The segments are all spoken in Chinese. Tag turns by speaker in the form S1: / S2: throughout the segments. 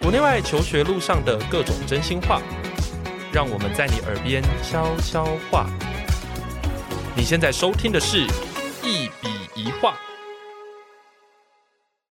S1: 国内外求学路上的各种真心话，让我们在你耳边悄悄话。你现在收听的是《一笔一画》。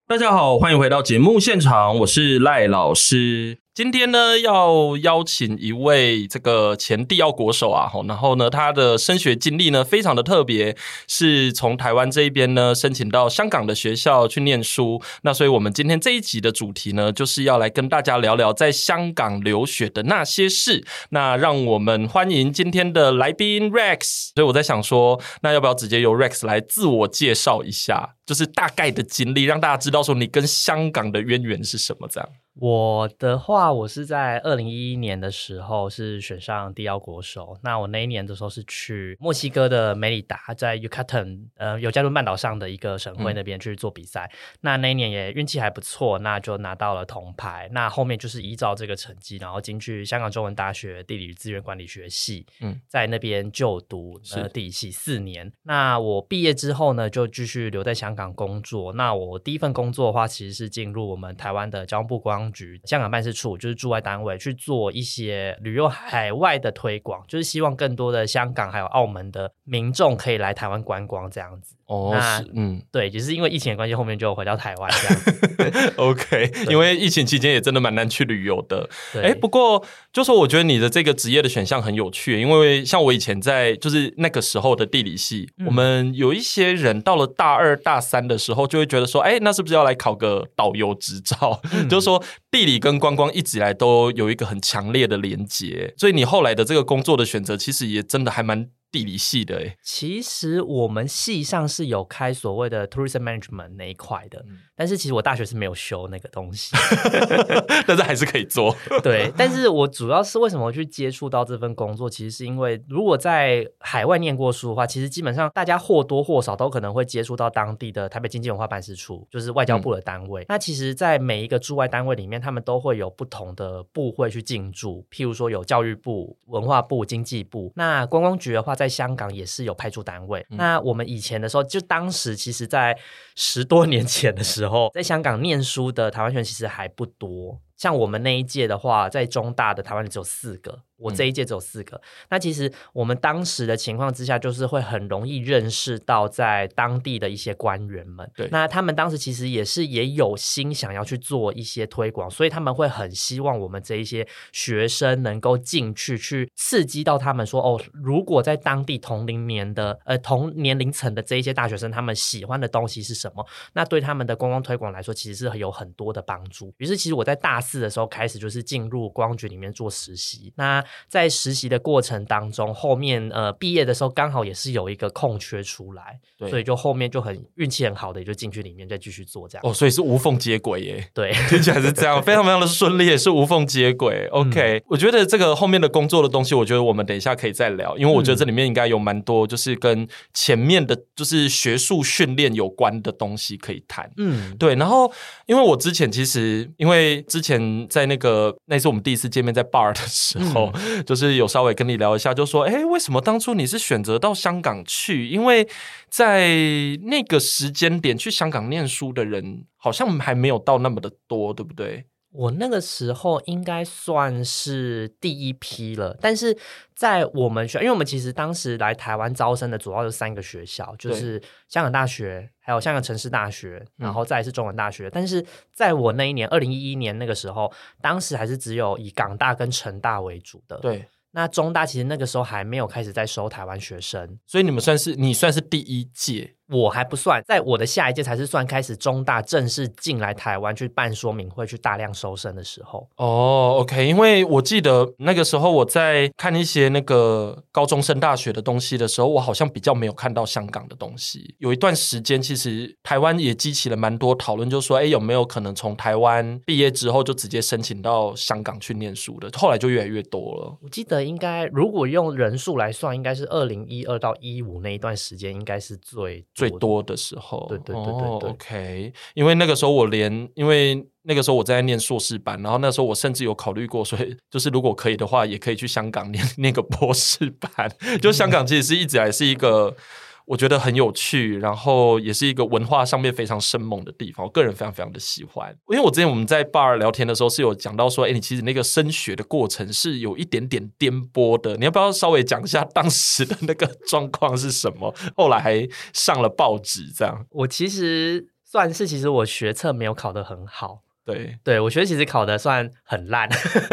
S1: 大家好，欢迎回到节目现场，我是赖老师。今天呢，要邀请一位这个前地奥国手啊，吼然后呢，他的升学经历呢非常的特别，是从台湾这一边呢申请到香港的学校去念书。那所以我们今天这一集的主题呢，就是要来跟大家聊聊在香港留学的那些事。那让我们欢迎今天的来宾 Rex。所以我在想说，那要不要直接由 Rex 来自我介绍一下，就是大概的经历，让大家知道说你跟香港的渊源是什么这样。
S2: 我的话，我是在二零一一年的时候是选上第幺国手。那我那一年的时候是去墨西哥的梅里达，在 Yucatan 呃尤加敦半岛上的一个省会那边去做比赛。那那一年也运气还不错，那就拿到了铜牌。那后面就是依照这个成绩，然后进去香港中文大学地理资源管理学系，
S1: 嗯
S2: 嗯，在那边就读
S1: 是
S2: 呃地理系四年。那我毕业之后呢，就继续留在香港工作。那我第一份工作的话，其实是进入我们台湾的交通部观光局香港办事处，就是驻外单位去做一些旅游海外的推广，就是希望更多的香港还有澳门的民众可以来台湾观光这样子。
S1: 哦
S2: 那
S1: 是嗯
S2: 对，只是因为疫情的关系，后面就回到台湾这样子。
S1: ，OK，因为疫情期间也真的蛮难去旅游的。
S2: 对，
S1: 哎、不过就说我觉得你的这个职业的选项很有趣，因为像我以前在就是那个时候的地理系，我们有一些人到了大二大三的时候，就会觉得说，哎、那是不是要来考个导游执照？ 就是说地理跟观光一直以来都有一个很强烈的连结，所以你后来的这个工作的选择，其实也真的还蛮地理系的、诶
S2: 其实我们系上是有开所谓的 tourism management 那一块的，
S1: 嗯
S2: 但是其实我大学是没有修那个东西。
S1: 但是还是可以做。
S2: 对，但是我主要是为什么去接触到这份工作，其实是因为如果在海外念过书的话，其实基本上大家或多或少都可能会接触到当地的台北经济文化办事处， 嗯就是外交部的单位。那其实，在每一个驻外单位里面，他们都会有不同的部会去进驻，譬如说有教育部、文化部、经济部。那观光局的话，在香港也是有派驻单位。那我们以前的时候，就当时其实，在十多年前的时候，在香港念书的台湾学生其实还不多。像我们那一届的话，在中大的台湾人只有四个，我这一届只有四个。那其实我们当时的情况之下，就是会很容易认识到在当地的一些官员们。
S1: 对
S2: 那他们当时其实也是也有心想要去做一些推广，所以他们会很希望我们这一些学生能够进去，去刺激到他们说，哦，如果在当地同龄年的呃同年龄层的这一些大学生，他们喜欢的东西是什么？那对他们的观光推广来说，其实是有很多的帮助。于是，其实我在大四的时候开始就是进入观光局里面做实习。那在实习的过程当中，后面呃毕业的时候刚好也是有一个空缺出来，
S1: 对
S2: 所以就后面就很运气很好的，也就进去里面再继续做这样。
S1: 哦，所以是无缝接轨耶、
S2: 对，
S1: 听起来是这样，非常非常的顺利，也是无缝接轨。OK，、我觉得这个后面的工作的东西，我觉得我们等一下可以再聊，因为我觉得这里面应该有蛮多，就是跟前面的就是学术训练有关的东西可以谈。
S2: 嗯，
S1: 对，然后因为我之前其实，因为之前在那个那次我们第一次见面在 bar 的时候，就是有稍微跟你聊一下，就说，哎，为什么当初你是选择到香港去？因为在那个时间点去香港念书的人，好像还没有到那么的多，对不对？
S2: 我那个时候应该算是第一批了，但是在我们学，因为我们其实当时来台湾招生的主要有三个学校，就
S1: 对嗯
S2: 是香港大学，还有香港城市大学，然后再来是中文大学。但是在我那一年，二零一一年那个时候，当时还是只有以港大跟成大为主的。，
S1: 对，
S2: 那中大其实那个时候还没有开始在收台湾学生，
S1: 所以你们算是你算是第一届，
S2: 我还不算，在我的下一届才是算开始中大正式进来台湾去办说明会，去大量收生的时候。
S1: 哦、o k 因为我记得那个时候我在看一些那个高中生大学的东西的时候，我好像比较没有看到香港的东西。有一段时间，其实台湾也激起了蛮多讨论，就说，哎，有没有可能从台湾毕业之后就直接申请到香港去念书的？后来就越来越多了。
S2: 我记得应该，如果用人数来算，应该是二零一二到一五那一段时间，应该是最
S1: 最
S2: 的。
S1: 多的时候，
S2: 对对对对对
S1: 哦、，OK。因为那个时候我连，因为那个时候我在念硕士班，然后那时候我甚至有考虑过，所以 就是如果可以的 话，也可以去香港念念个博士班。就香港其实是一直以来是一个。我觉得很有趣，然后也是一个文化上面非常生猛的地方，我个人非常非常的喜欢。因为我之前我们在 bar 聊天的时候是有讲到说，哎，你其实那个升学的过程是有一点点颠簸的，你要不要稍微讲一下当时的那个 状况是什么？后来还上了报纸，这样
S2: 我其实算是，其实我学测没有考得很好，
S1: 对
S2: 对我学测其实考得算很烂，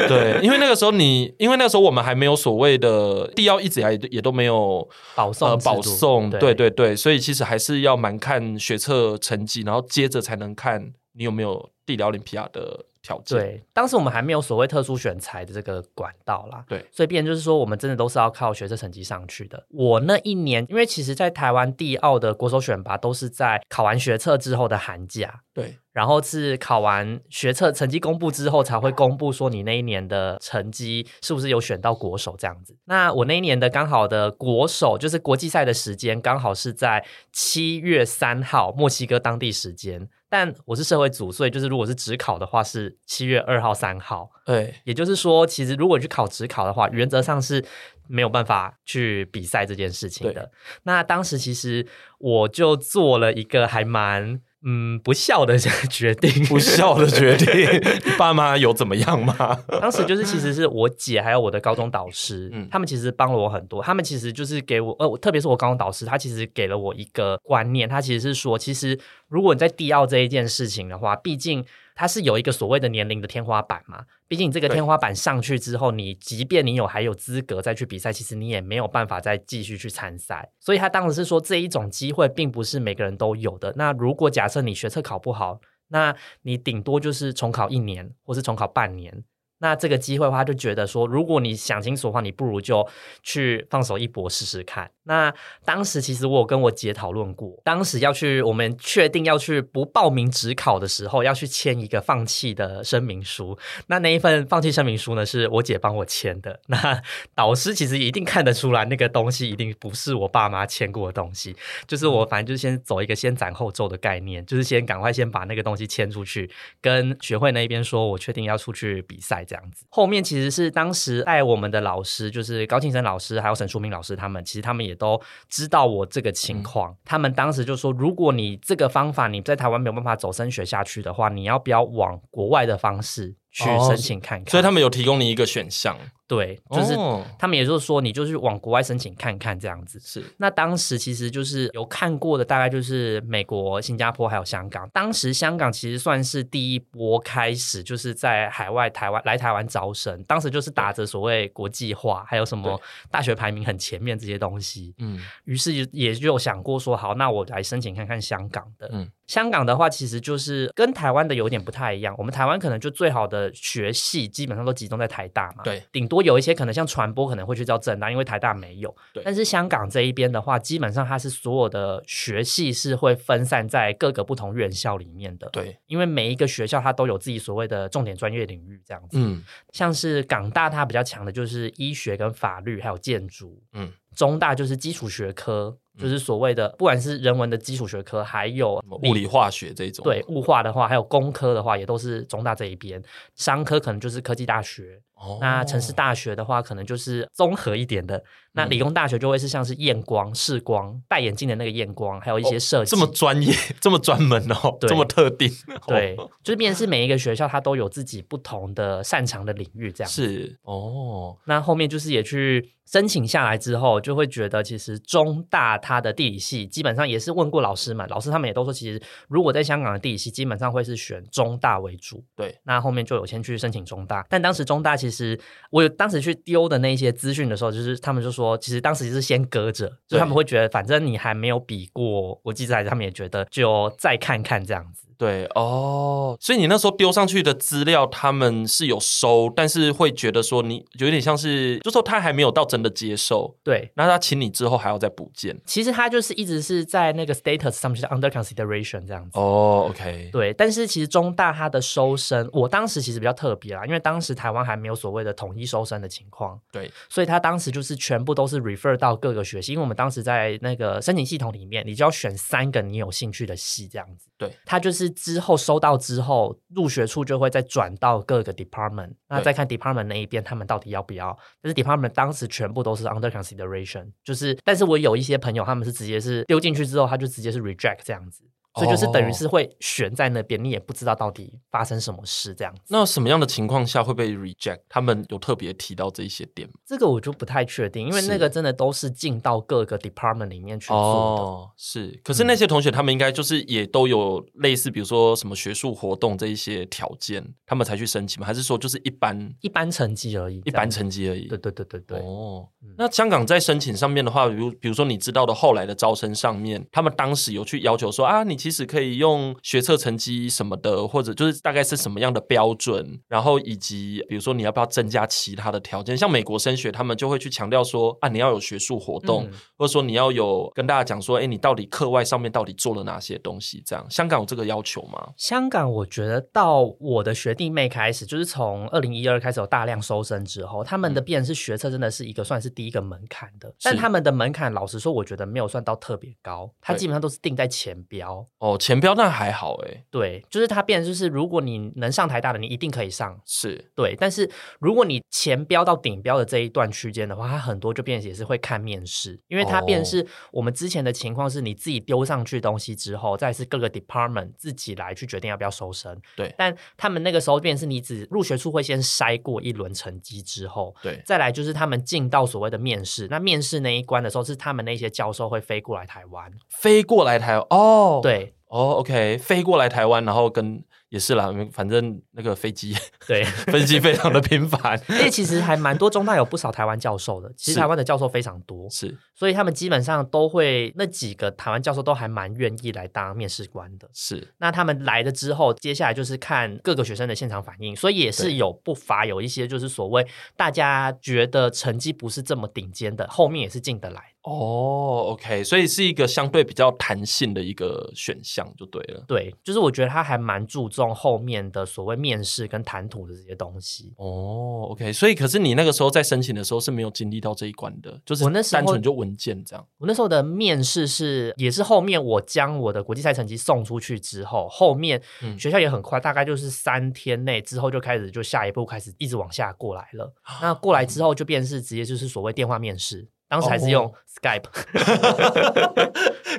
S1: 对，因为那个时候你，因为那时候我们还没有所谓的地要一直以来也都没有
S2: 保送
S1: 呃
S2: 制度、
S1: 保送，对
S2: 对
S1: 对对，所以其实还是要蛮看学测成绩，然后接着才能看你有没有地聊奥林匹亚的条件。
S2: 对，当时我们还没有所谓特殊选材的这个管道啦，
S1: 对
S2: 所以变成就是说，我们真的都是要靠学测成绩上去的。我那一年，因为其实在台湾地奥的国手选拔都是在考完学测之后的寒假，
S1: 对
S2: 然后是考完学测成绩公布之后，才会公布说你那一年的成绩是不是有选到国手这样子。那我那一年的刚好的国手就是国际赛的时间，刚好是在七月三号墨西哥当地时间。但我是社会组，所以就是如果是职考的话，是七月二号、三号。
S1: 对
S2: 也就是说，其实如果去考职考的话，原则上是没有办法去比赛这件事情
S1: 对
S2: 的。那当时其实我就做了一个还蛮嗯不孝的 决定，
S1: 不孝的决定， 你爸妈有怎么样 吗？
S2: 当时就是，其实是我姐还有我的高中导师，
S1: 嗯
S2: 他们其实帮了我很多。他们其实就是给我，呃，我特别是我高中导师，他其实给了我一个观念，他其实是说，其实如果你在地奥这一件事情的话，毕竟它是有一个所谓的年龄的天花板嘛。毕竟你这个
S1: 对
S2: 天花板上去之后，你即便你有还有资格再去比赛，其实你也没有办法再继续去参赛。所以他当时是说，这一种机会并不是每个人都有的。那如果假设你学测考不好，那你顶多就是重考一年，或是重考半年。那这个机会的话，他就觉得说，如果你想清楚的话，你不如就去放手一搏试试看。那当时其实我有跟我姐讨论过，当时要去我们确定要去不报名职考的时候，要去签一个放弃的声明书。那那一份放弃声明书呢，是我姐帮我签的。 那导师其实一定看得出来，那个东西一定不是我爸妈签过的东西。就是
S1: 嗯
S2: 我反正就是先走一个先斩后奏的概念，就是先赶快先把那个东西签出去，跟学会那边说我确定要出去比赛这样子。后面其实是当时带我们的老师，就是高庆生老师还有沈淑明老师他们，其实他们也都知道我这个
S1: 嗯
S2: 情况，他们当时就说，如果你这个方法你在台湾没有办法走升学下去的话，你要不要往国外的方式去
S1: 哦
S2: 申请看看？
S1: 所以他们有提供你一个选项，
S2: 对，就是、
S1: 哦
S2: 他们也就是说，你就是往国外申请看看这样子。
S1: 是
S2: 那当时其实就是有看过的，大概就是美国、新加坡还有香港。当时香港其实算是第一波开始，就是在海外台湾来台湾招生，当时就是打着所谓国际化，还有什么
S1: 对
S2: 大学排名很前面这些东西。
S1: 嗯
S2: 于是也也就有想过说，好，那我来申请看看香港的。
S1: 嗯
S2: 香港的话，其实就是跟台湾的有点不太一样。我们台湾可能就最好的学系基本上都集中在台大嘛，
S1: 对，
S2: 顶多有一些可能像传播可能会去到政大，因为台大没有
S1: 对。
S2: 但是香港这一边的话，基本上它是所有的学系是会分散在各个不同院校里面的，，
S1: 对
S2: 因为每一个学校它都有自己所谓的重点专业领域这样子。
S1: 嗯
S2: 像是港大它比较强的就是医学跟法律，还有建筑，
S1: 嗯
S2: 中大就是基础学科，就是所谓的不管是人文的基础学科，还有
S1: 什么物理化学这种
S2: 对物化的话，还有工科的话，也都是中大这一边。商科可能就是科技大学，
S1: 哦嗯
S2: 那城市大学的话，可能就是综合一点的。那理工大学就会是像是验光、视光、戴眼镜的那个验光，还有一些设计。
S1: 哦这么专业， 这么专门哦，
S2: 对
S1: 这么特定，
S2: 对
S1: 哦，
S2: 就是变成是每一个学校它都有自己不同的擅长的领域，这样子
S1: 是哦，
S2: 那后面就是也去申请下来之后，就会觉得其实中大它的地理系基本上也是问过老师们，老师他们也都说，其实如果在香港的地理系基本上会是选中大为主。
S1: 对，
S2: 那后面就有先去申请中大，但当时中大其实我有当时去丢的那一些资讯的时候，就是他们就说，其实当时是先搁着，就
S1: 对
S2: 他们会觉得反正你还没有比过国际赛，他们也觉得就再看看这样子。
S1: 对哦，所以你那时候丢上去的资料，他们是有收，但是会觉得说你有点像是，就说他还没有到真的接受，
S2: 对，
S1: 那他请你之后还要再补件。
S2: 其实他就是一直是在那个 status 上面，就是 under consideration 这样子。
S1: 哦，OK，
S2: 对，但是其实中大它的收生，我当时其实比较特别啦，因为当时台湾还没有所谓的统一收生的情况。
S1: 对，
S2: 所以他当时就是全部都是 refer 到各个学系，因为我们当时在那个申请系统里面，你就要选三个你有兴趣的系这样子。
S1: 对，
S2: 他就是之后收到之后，入学处就会再转到各个 department，那再看 department 那一边他们到底要不要。但是 department 当时全部都是 under consideration，就是，但是我有一些朋友他们是直接是丢进去之后，他就直接是 reject 这样子。所以就是等于是会悬在那边，你也不知道到底发生什么事这样子。
S1: 那什么样的情况下会被 reject？他们有特别提到这一些点吗？
S2: 这个我就不太确定，因为
S1: 是哦
S2: 那个真的都是进到各个 department 里面去做的。，
S1: 是。可是那些同学，他们应该就是也都有类似，比如说什么学术活动这一些条件，他们才去申请吗？还是说就是一般
S2: 一般成绩而已，
S1: 一般成绩而已？
S2: 这样。对对对对对，
S1: 哦，那香港在申请上面的话，比如比如说你知道的后来的招生上面，他们当时有去要求说啊，你其实可以用学测成绩什么的，或者就是大概是什么样的标准，然后以及比如说你要不要增加其他的条件，像美国升学他们就会去强调说啊，你要有学术活动，
S2: 嗯
S1: 或者说你要有跟大家讲说，哎，你到底课外上面到底做了哪些东西？这样，香港有这个要求吗？
S2: 香港我觉得到我的学弟妹开始，就是从二零一二开始有大量收生之后，他
S1: 嗯
S2: 们的变成是学测真的是一个算是第一个门槛的，但他们的门槛老实说，我觉得没有算到特别高，它
S1: 对
S2: 基本上都是定在前标。
S1: 哦，前标那还好，哎，
S2: 对，就是它变成就是如果你能上台大的，你一定可以上。
S1: 是
S2: 对，但是如果你前标到顶标的这一段区间的话，它很多就变成也是会看面试，因为它
S1: 哦
S2: 变成是我们之前的情况是你自己丢上去东西之后，再来是各个 department 自己来去决定要不要收生。
S1: 对
S2: 但他们那个时候变成是你只入学处会先筛过一轮成绩之后。
S1: 对，
S2: 再来就是他们进到所谓的面试，那面试那一关的时候，是他们那些教授会飞过来台湾，
S1: 飞过来台哦，。
S2: 对，
S1: 哦，OK，飞过来台湾，然后跟也是啦，反正那个飞机
S2: 对，
S1: 飞机非常的频繁，
S2: 因为其实还蛮多中大有不少台湾教授的，其
S1: 是
S2: 实台湾的教授非常多，
S1: 是
S2: 所以他们基本上都会那几个台湾教授都还蛮愿意来当面试官的。
S1: 是
S2: 那他们来了之后，接下来就是看各个学生的现场反应，所以也是
S1: 对
S2: 有不乏有一些就是所谓大家觉得成绩不是这么顶尖的，后面也是进得来。
S1: 哦，OK，所以是一个相对比较弹性的一个选项就对了。
S2: 对，就是我觉得他还蛮注重后面的所谓面试跟谈吐的这些东西。
S1: 哦，OK，所以可是你那个时候在申请的时候是没有经历到这一关的，就是
S2: 我那时候
S1: 单纯就文件这样。
S2: 我那时候的面试是，也是后面我将我的国际赛成绩送出去之后，后面
S1: 嗯
S2: 学校也很快，大概就是三天内之后就开始就下一步开始一直往下过来了。
S1: 啊
S2: 那过来之后就变是直接就是所谓电话面试，当时还是用
S1: 哦
S2: Skype，、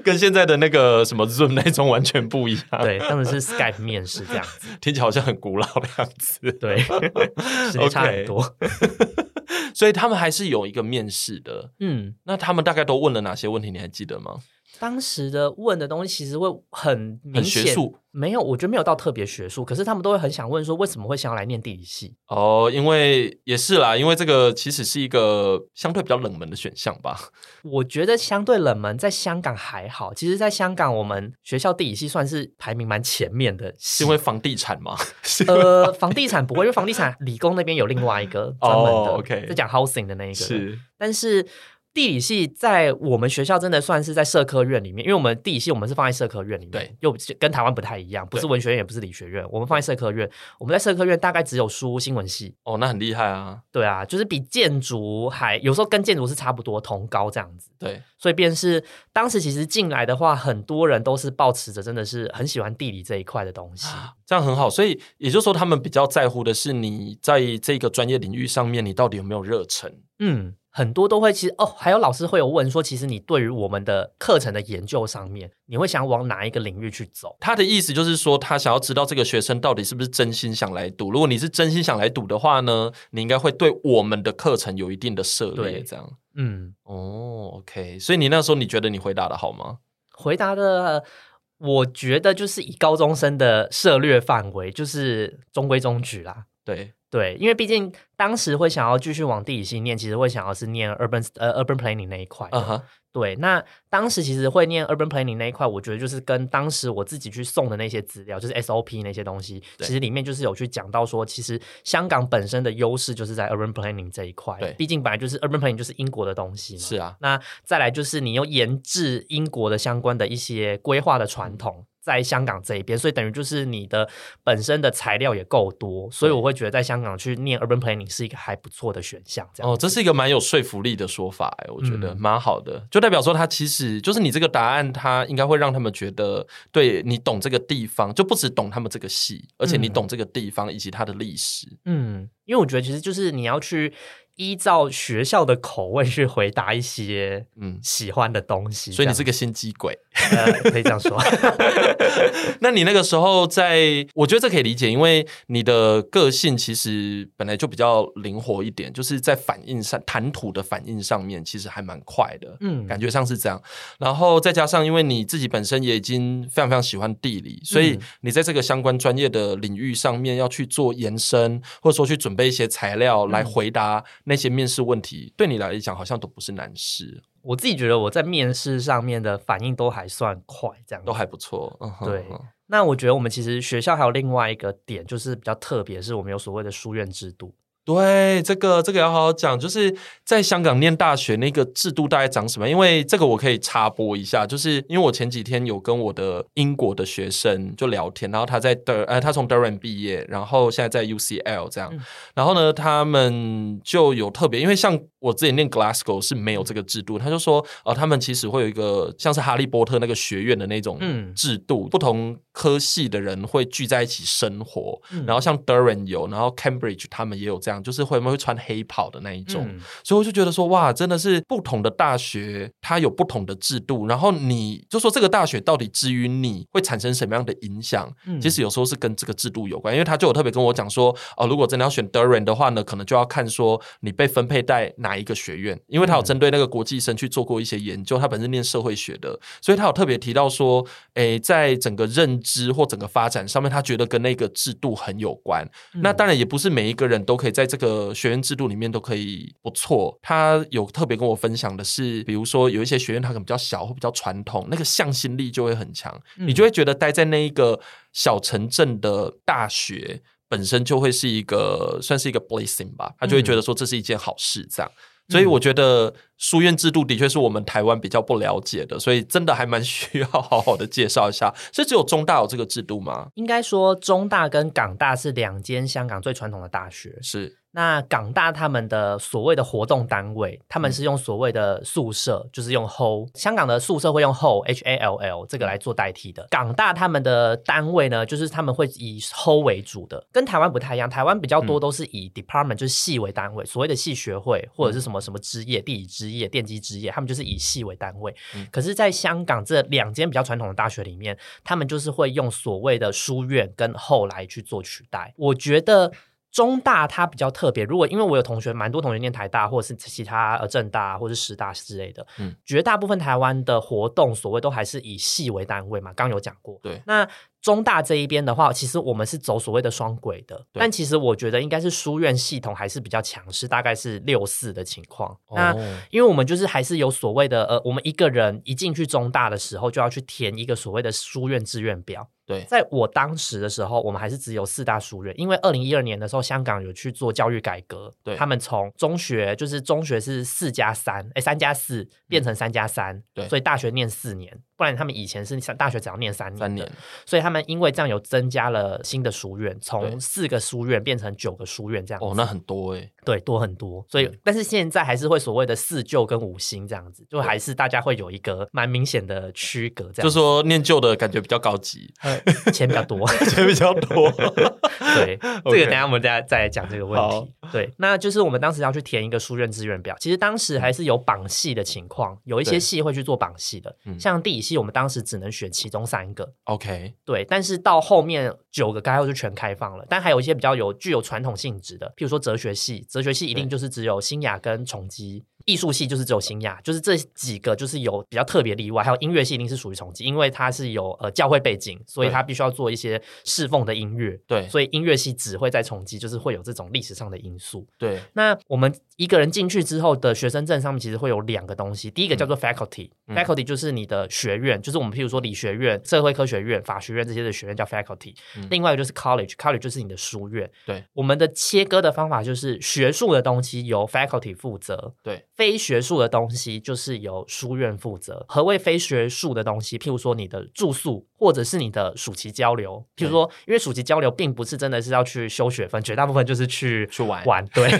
S1: 跟现在的那个什么 Zoom 那种完全不一样，
S2: 对，当时是 Skype 面试这样子，
S1: 听起来好像很古老的样子。
S2: 对，时间差很多。
S1: 所以他们还是有一个面试的。
S2: 嗯，
S1: 那他们大概都问了哪些问题？你还记得吗？
S2: 当时的问的东西其实会很明
S1: 很学
S2: 显，
S1: 术
S2: 没有，我觉得没有到特别学术，可是他们都会很想问说为什么会想要来念地理系。
S1: 哦，因为也是啦，因为这个其实是一个相对比较冷门的选项吧。
S2: 我觉得相对冷门，在香港还好。其实，在香港，我们学校地理系算是排名蛮前面的系
S1: 是因为房地产嘛？ 是吗
S2: 呃，房地产不会，因为房地产理工那边有另外一个专门的、
S1: 哦，OK
S2: 在讲 housing 的那一个。，
S1: 是
S2: 但是地理系在我们学校真的算是在社科院里面，因为我们地理系我们是放在社科院里面，
S1: 对，
S2: 又跟台湾不太一样，不是
S1: 对
S2: 文学院也不是理学院，我们放在社科院，我们在社科院大概只有书新闻系。
S1: 哦，那很厉害啊。
S2: 对啊，就是比建筑还有时候跟建筑是差不多同高这样子。
S1: 对，
S2: 所以便是当时其实进来的话，很多人都是抱持着真的是很喜欢地理这一块的东西。
S1: 这样很好。所以也就是说，他们比较在乎的是你在这个专业领域上面，你到底有没有热忱？
S2: 嗯，很多都会其实哦，还有老师会有问说，其实你对于我们的课程的研究上面，你会想往哪一个领域去走？
S1: 他的意思就是说，他想要知道这个学生到底是不是真心想来读。如果你是真心想来读的话呢，你应该会对我们的课程有一定的涉猎。
S2: 对
S1: 这样
S2: 嗯，
S1: 哦，OK。所以你那时候你觉得你回答的好吗？
S2: 回答的。我觉得就是以高中生的涉略范围，就是中规中矩啦。
S1: 对，
S2: 对，因为毕竟当时会想要继续往地理系念，其实会想要是念 urban 呃 urban planning 那一块的。
S1: 嗯哼，
S2: 对，那当时其实会念 urban planning 那一块，我觉得就是跟当时我自己去送的那些资料，就是 SOP 那些东西，
S1: 对
S2: 其实里面就是有去讲到说，其实香港本身的优势就是在 urban planning 这一块，
S1: 对
S2: 毕竟本来就是 urban planning 就是英国的东西嘛。
S1: 是啊，嗯
S2: 那再来就是你又研制英国的相关的一些规划的传统，在香港这一边，所以等于就是你的本身的材料也够多，所以我会觉得在香港去念 urban planning 是一个还不错的选项。这样
S1: 哦，这是一个蛮有说服力的说法、欸，我觉得
S2: 嗯
S1: 蛮好的，就代表说他其实就是你这个答案，他应该会让他们觉得，对你懂这个地方，就不只懂他们这个系，而且你
S2: 嗯
S1: 懂这个地方以及它的历史。
S2: 嗯，因为我觉得其实就是你要去依照学校的口味去回答一些
S1: 嗯
S2: 嗯喜欢的东西，
S1: 所以你
S2: 这
S1: 是个心机鬼。
S2: 样呃可以这样说，
S1: 那你那个时候在，我觉得这可以理解，因为你的个性其实本来就比较灵活一点，就是在反应上谈吐的反应上面，其实还蛮快的。
S2: 嗯
S1: 感觉上是这样，然后再加上因为你自己本身也已经非常非常喜欢地理，所以
S2: 嗯
S1: 你在这个相关专业的领域上面要去做延伸，或者说去准备一些材料
S2: 嗯
S1: 来回答那些面试问题，对你来讲好像都不是难事，
S2: 我自己觉得我在面试上面的反应都还算快，这样
S1: 都
S2: 子。
S1: 还不错。嗯哼
S2: 对那我觉得我们其实学校还有另外一个点，就是比较特别，是我们有所谓的书院制度。
S1: 对，这个这个要好好讲，就是在香港念大学那个制度大概长什么样？因为这个我可以插播一下，就是因为我前几天有跟我的英国的学生就聊天，然后他在德呃他从 Durham 毕业，然后现在在 UCL 这样，
S2: 嗯
S1: 然后呢他们就有特别，因为像我之前念 Glasgow 是没有这个制度，他就说呃他们其实会有一个像是哈利波特那个学院的那种
S2: 嗯
S1: 制度，不同科系的人会聚在一起生活，
S2: 嗯
S1: 然后像 Durham 有，然后 Cambridge 他们也有这样，就是会会穿黑袍的那一种。
S2: 嗯
S1: 所以我就觉得说，哇，真的是不同的大学，它有不同的制度。然后你就说这个大学到底至于你会产生什么样的影响？
S2: 嗯
S1: 其实有时候是跟这个制度有关，因为他就有特别跟我讲说，哦，如果真的要选 Durham 的话呢，可能就要看说你被分配在哪一个学院，因为他有针对那个国际生去做过一些研究，他本身念社会学的，所以他有特别提到说，诶，在整个认知或整个发展上面，他觉得跟那个制度很有关。
S2: 嗯
S1: 那当然也不是每一个人都可以在这个学院制度里面都可以不错。他有特别跟我分享的是，比如说有一些学院它可能比较小或比较传统，那个向心力就会很强，
S2: 嗯
S1: 你就会觉得待在那一个小城镇的大学。本身就会是一个算是一个 blessing 吧，他就会觉得说这是一件好事，这样。所以我觉得书院制度的确是我们台湾比较不了解的，所以真的还蛮需要好好的介绍一下。是只有中大有这个制度吗？
S2: 嗯应该说中大跟港大是两间香港最传统的大学。
S1: 是，
S2: 那港大他们的所谓的活动单位，他们是用所谓的宿舍，就是用 hall。香港的宿舍会用 hall h a l l 这个来做代替的。港大他们的单位呢，就是他们会以 hall 为主的，跟台湾不太一样。台湾比较多都是以 department 就是系为单位，所谓的系学会或者是什么什么之业、地理之业、电机之业，他们就是以系为单位。
S1: 嗯
S2: 可是，在香港这两间比较传统的大学里面，他们就是会用所谓的书院跟后来去做取代。我觉得。中大它比较特别，如果因为我有同学，蛮多同学念台大或者是其他呃政大或是师大之类的，
S1: 嗯
S2: 嗯，绝大部分台湾的活动所谓都还是以系为单位嘛，刚有讲过。
S1: 对
S2: 那中大这一边的话，其实我们是走所谓的双轨的，
S1: 对
S2: 但其实我觉得应该是书院系统还是比较强势，大概是六四的情况。那
S1: 哦
S2: 因为我们就是还是有所谓的呃，我们一个人一进去中大的时候就要去填一个所谓的书院志愿表。
S1: 对
S2: 在我当时的时候，我们还是只有四大书院，因为二零一二年的时候，香港有去做教育改革，
S1: 对
S2: 他们从中学就是中学是四加三，哎，三加四变成三加三，
S1: 嗯对
S2: 所以大学念四年，不然他们以前是上大学只要念三年，
S1: 三年，，
S2: 所以他们因为这样有增加了新的书院，
S1: 对
S2: 从四个书院变成九个书院这样子，
S1: 哦，那很多哎、
S2: 对，多很多。所以，
S1: 嗯
S2: 但是现在还是会所谓的四旧跟五星这样子，就还是大家会有一个蛮明显的区隔，这
S1: 就
S2: 样子
S1: 说念旧的感觉比较高级，
S2: 呃钱比较 多。
S1: 钱比较多。
S2: 对，这
S1: OK
S2: 个等一下我们再再来讲这个问
S1: 好
S2: 题。对，那就是我们当时要去填一个书院志愿表，其实当时还是有榜系的情况，有一
S1: 对
S2: 些系会去做榜系的
S1: 嗯，
S2: 像地理系我们当时只能选其中三个，
S1: OK，
S2: 对，但是到后面九个该号就全开放了，但还有一些比较有具有传统性质的，譬如说哲学系，哲学系一定
S1: 对
S2: 就是只有新雅跟重基，艺术系就是只有新雅，就是这几个就是有比较特别例外，还有音乐系一定是属于重基，因为它是有呃教会背景，所以
S1: 对
S2: 它必须要做一些侍奉的音乐，
S1: 对
S2: 所以音乐系只会在重基，就是会有这种历史上的因素。
S1: 对，
S2: 那我们一个人进去之后的学生证上面其实会有两个东西，第一个叫做 faculty，faculty、
S1: 嗯
S2: faculty 就是你的学院，就是我们譬如说理学院、社会科学院、法学院这些的学院叫 faculty，、
S1: 嗯
S2: 另外一个就是 college，college 就是你的书院。
S1: 对，
S2: 我们的切割的方法就是学术的东西由 faculty 负责，
S1: 对，
S2: 非学术的东西就是由书院负责。何谓非学术的东西？譬如说你的住宿，或者是你的暑期交流。譬如说，因为暑期交流并不是真的是要去修学分，绝大部分就是去
S3: 去玩
S2: 玩，对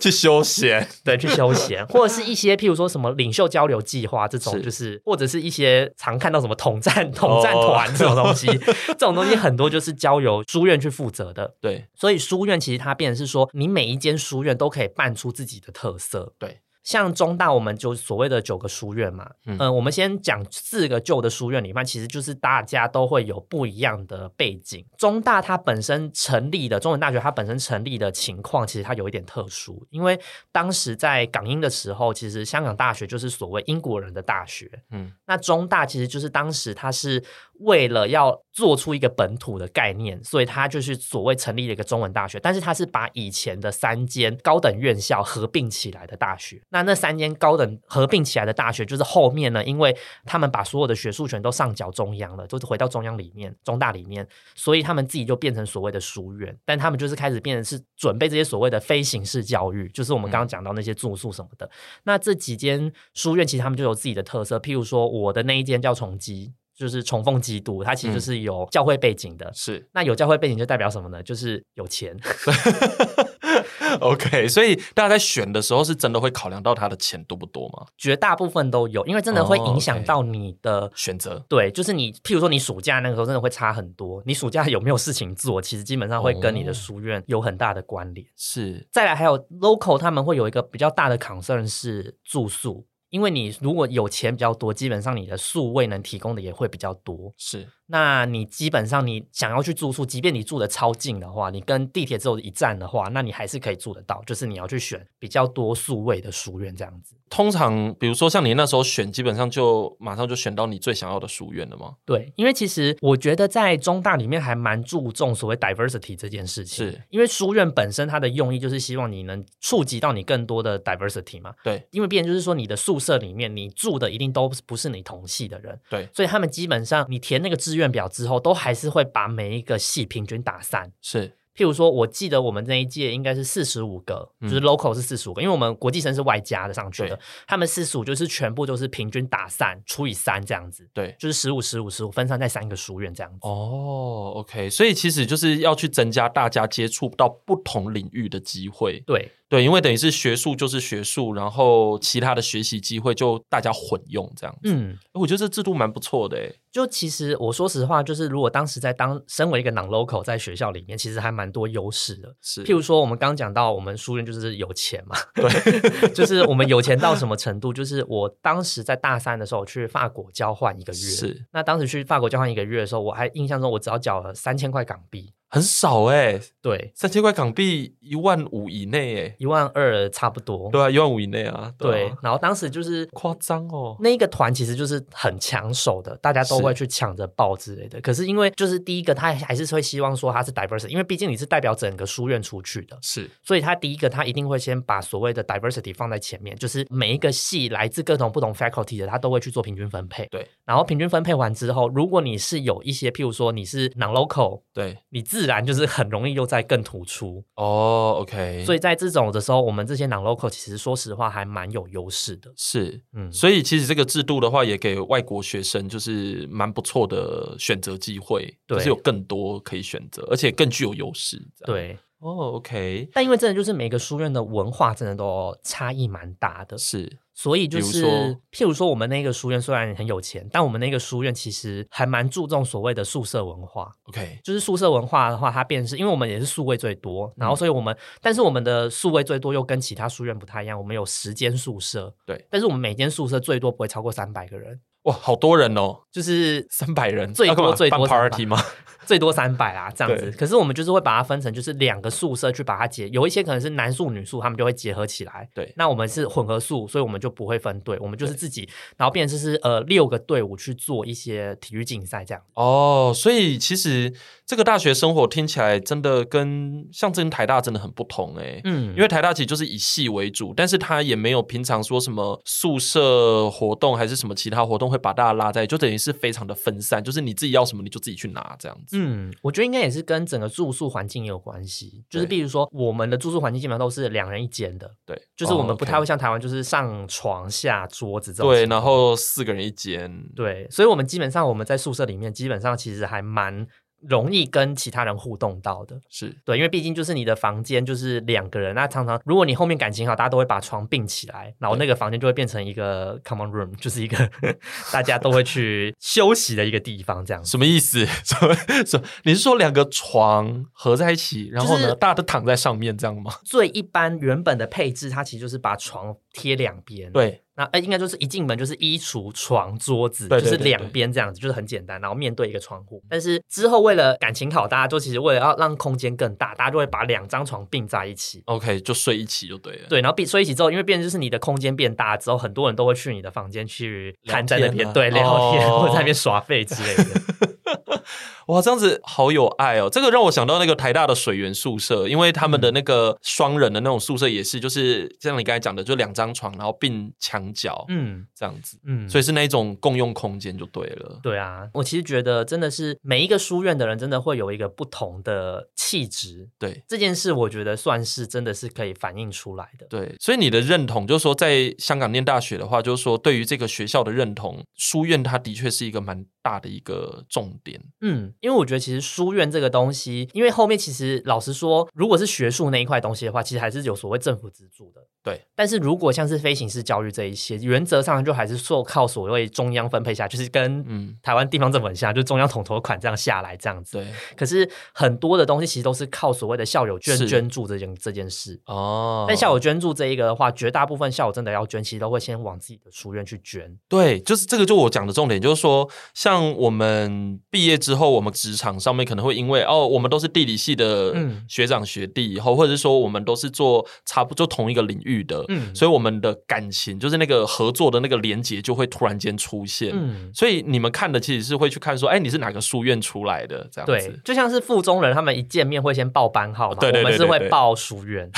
S1: 去休闲，
S2: 对，去休闲，或者是一些譬如说什么领袖交流计划这种，
S1: 是
S2: 就是或者是一些常看到什么统战统战团这种东西，这种东西很多就是交由书院去负责的。
S1: 对，
S2: 所以书院其实它变成是说，你每一间书院都可以办出自己的特色。
S1: 对，
S2: 像中大我们就所谓的九个书院嘛，
S1: 嗯
S2: 嗯、我们先讲四个旧的书院里面，其实就是大家都会有不一样的背景。中大它本身成立的中文大学它本身成立的情况，其实它有一点特殊，因为当时在港英的时候，其实香港大学就是所谓英国人的大学，
S1: 嗯，
S2: 那中大其实就是当时它是为了要做出一个本土的概念，所以它就是所谓成立了一个中文大学，但是它是把以前的三间高等院校合并起来的大学。那那三间高等合并起来的大学，就是后面呢，因为他们把所有的学术权都上缴中央了，就是回到中央里面、中大里面，所以他们自己就变成所谓的书院，但他们就是开始变成是准备这些所谓的非形式教育，就是我们
S1: 嗯
S2: 刚刚讲到那些住宿什么的。那这几间书院其实他们就有自己的特色，譬如说我的那一间叫崇基，就是崇奉基督，它
S1: 嗯
S2: 其实就是有教会背景的。
S1: 是
S2: 那有教会背景就代表什么呢？就是有钱。
S1: OK。所以大家在选的时候，是真的会考量到他的钱多不多吗？
S2: 绝大部分都有，因为真的会
S1: 哦
S2: 影响
S1: OK
S2: 到你的
S1: 选择
S2: 对，就是你，譬如说你暑假那个时候真的会差很多，你暑假有没有事情做，其实基本上会跟你
S1: 哦
S2: 的书院有很大的关联。
S1: 是
S2: 再来还有 local，他们会有一个比较大的 concern 是住宿，因为你如果有钱比较多，基本上你的宿位能提供的也会比较多。
S1: 是
S2: 那你基本上你想要去住宿，即便你住的超近的话，你跟地铁只有一站的话，那你还是可以住得到。就是你要去选比较多宿位的书院这样子。
S1: 通常，比如说像你那时候选，基本上就马上就选到你最想要的书院了吗？
S2: 对，因为其实我觉得在中大里面还蛮注重所谓 diversity 这件事情，
S1: 是
S2: 因为书院本身它的用意就是希望你能触及到你更多的 diversity 嘛。
S1: 对
S2: 因为变成就是说，你的宿舍里面你住的一定都不是你同系的人，
S1: 对，
S2: 所以他们基本上你填那个志愿表之后，都还是会把每一个系平均打散。
S1: 是
S2: 譬如说，我记得我们那一届应该是四十五个，就是 local 是四十五个，因为我们国际生是外加的上去的
S1: 嗯对，
S2: 他们四十五就是全部都是平均打散除以三这样子，
S1: 对。
S2: 就是十五、十五、十五分散在三个书院这样子。
S1: 哦，OK，所以其实就是要去增加大家接触到不同领域的机会，
S2: 对
S1: 对，因为等于是学术就是学术，然后其他的学习机会就大家混用这样子。
S2: 嗯，
S1: 我觉得这制度蛮不错的，诶，
S2: 就其实我说实话，就是如果当时在当身为一个 non local 在学校里面，其实还蛮多优势的。
S1: 是，
S2: 譬如说，我们刚讲到我们书院就是有钱嘛， 对，就是我们有钱到什么程度？就是我当时在大三的时候去法国交换一个月，
S1: 是
S2: 那当时去法国交换一个月的时候，我还印象中我只要缴了三千块港币，
S1: 很少诶，
S2: 对，
S1: 三千块港币一万五以内，诶，
S2: 一万二差不多，
S1: 对啊，一万五以内啊，
S2: 对
S1: 啊，
S2: 然后当时就是
S1: 夸张哦，
S2: 那一个团其实就是很抢手的，大家都会去抢着报之类的。可是因为就是第一个，他还是会希望说他是 diversity，因为毕竟你是代表整个书院出去的，
S1: 是
S2: 所以他第一个他一定会先把所谓的 diversity 放在前面，就是每一个系来自各种不同 faculty 的，他都会去做平均分配。
S1: 对，
S2: 然后平均分配完之后，如果你是有一些，譬如说你是 non local，
S1: 对，
S2: 你自然就是很容易又在更突出。
S1: 哦，OK，
S2: 所
S1: 以
S2: 以在这种的时候，我们这些 non local 其实说实话还蛮有优势的。
S1: 是。
S2: 嗯，
S1: 所以其实这个制度的话，也给外国学生就是蛮不错的选择机会，
S2: 对
S1: 就是有更多可以选择，而且更具有优势。这样，
S2: 对。
S1: 哦，OK，
S2: 但因为真的就是每个书院的文化真的都差异蛮大的，
S1: 是
S2: 所以就
S1: 比
S2: 是
S1: 如说
S2: 譬如说我们那个书院虽然很有钱，但我们那个书院其实还蛮注重所谓的宿舍文化。
S1: OK，
S2: 就是宿舍文化的话，它便是因为我们也是宿位最多，然后所以我们、但是我们的宿位最多又跟其他书院不太一样，我们有十间宿舍，
S1: 对，
S2: 但是我们每间宿舍最多不会超过三百个人，
S1: 哇，好多人哦，
S2: 就是
S1: 三百人，
S2: 最
S1: 要干嘛
S2: 多最多
S1: 办
S2: 300
S1: party 吗？
S2: 最多三百啦，这样子
S1: 对。
S2: 可是我们就是会把它分成，就是两个宿舍去把它结，有一些可能是男宿女宿，他们就会结合起来。
S1: 对
S2: 那我们是混合宿，所以我们就不会分队，我们就是自己，然后变成是呃六个队伍去做一些体育竞赛这样。
S1: 哦，所以其实这个大学生活听起来真的跟像这跟台大真的很不同诶。
S2: 嗯
S1: 因为台大其实就是以系为主，但是他也没有平常说什么宿舍活动还是什么其他活动会会把大家拉在，就等于是非常的分散，就是你自己要什么你就自己去拿这样子。
S2: 嗯，我觉得应该也是跟整个住宿环境也有关系。就是
S1: 对
S2: 比如说，我们的住宿环境基本上都是两人一间的，
S1: 对，
S2: 就是我们不太会
S1: 会
S2: 像台湾就是上床下桌子这种情
S1: 对，
S2: 况。
S1: 然后四个人一间，
S2: 对，所以我们基本上我们在宿舍里面，基本上其实还蛮容易跟其他人互动到的。
S1: 是
S2: 对，因为毕竟就是你的房间就是两个人，那常常如果你后面感情好，大家都会把床并起来，然后那个房间就会变成一个 common room，就是 一个大家都会去休息的一个地方，这样子。
S1: 什么意思？ 什么什么？你是说两个床合在一起，然后呢，
S2: 就是
S1: 大家都躺在上面这样吗？
S2: 最一般原本的配置，它其实就是把床贴两边，，
S1: 对，
S2: 那哎应该就是一进门就是衣橱、床、桌子，
S1: 对对
S2: 就是
S1: 对
S2: 两边这样子，就是很简单，然后面对一个窗户。但是之后为了感情好，大家就其实为了要让空间更大，大家就会把两张床并在一起。
S1: OK，就睡一起就对了。
S2: 对，然后并睡一起之后，因为变成就是你的空间变大之后，很多人都会去你的房间去
S1: 聊
S2: 瘫在那
S1: 天
S2: 边，
S1: 啊
S2: 对，聊天、
S1: 哦
S2: 或者在那边耍废之类的。
S1: 哇，这样子好有爱哦！这个让我想到那个台大的水源宿舍，因为他
S2: 嗯
S1: 们的那个双人的那种宿舍也是，就是像你刚才讲的，就两张床，然后并墙角
S2: 嗯
S1: 这样子，
S2: 嗯，
S1: 所以是那一种共用空间就对了。
S2: 对啊，我其实觉得真的是每一个书院的人真的会有一个不同的气质，
S1: 对
S2: 这件事我觉得算是真的是可以反映出来的。
S1: 对，所以你的认同就是说，在香港念大学的话，就是说对于这个学校的认同，书院它的确是一个蛮大的一个重点。
S2: 嗯，因为我觉得其实书院这个东西，因为后面其实老实说，如果是学术那一块东西的话，其实还是有所谓政府资助的。
S1: 对，
S2: 但是如果像是非形式教育这一些，原则上就还是受靠所谓中央分配下，就是跟
S1: 嗯，
S2: 台湾地方政府很像，就中央统筹款这样下来这样子。
S1: 对，
S2: 可是很多的东西其实都是靠所谓的校友捐
S1: 是
S2: 捐助这件这件事。
S1: 哦，
S2: 但校友捐助这一个的话，绝大部分校友真的要捐，其实都会先往自己的书院去捐。
S1: 对，就是这个，就我讲的重点，就是说，像我们毕业之后，我们职场上面可能会因为哦，我们都是地理系的
S2: 嗯
S1: 学长学弟，以后、或者是说我们都是做差不多同一个领域的，
S2: 嗯
S1: 所以我们的感情就是那个合作的那个连接就会突然间出现。
S2: 嗯，
S1: 所以你们看的其实是会去看说，哎，你是哪个书院出来的这样
S2: 对
S1: 子，，
S2: 就像是附中人，他们一见面会先报班号嘛，
S1: 对对对
S2: 我们是
S1: 对
S2: 会
S1: 对
S2: 报书院。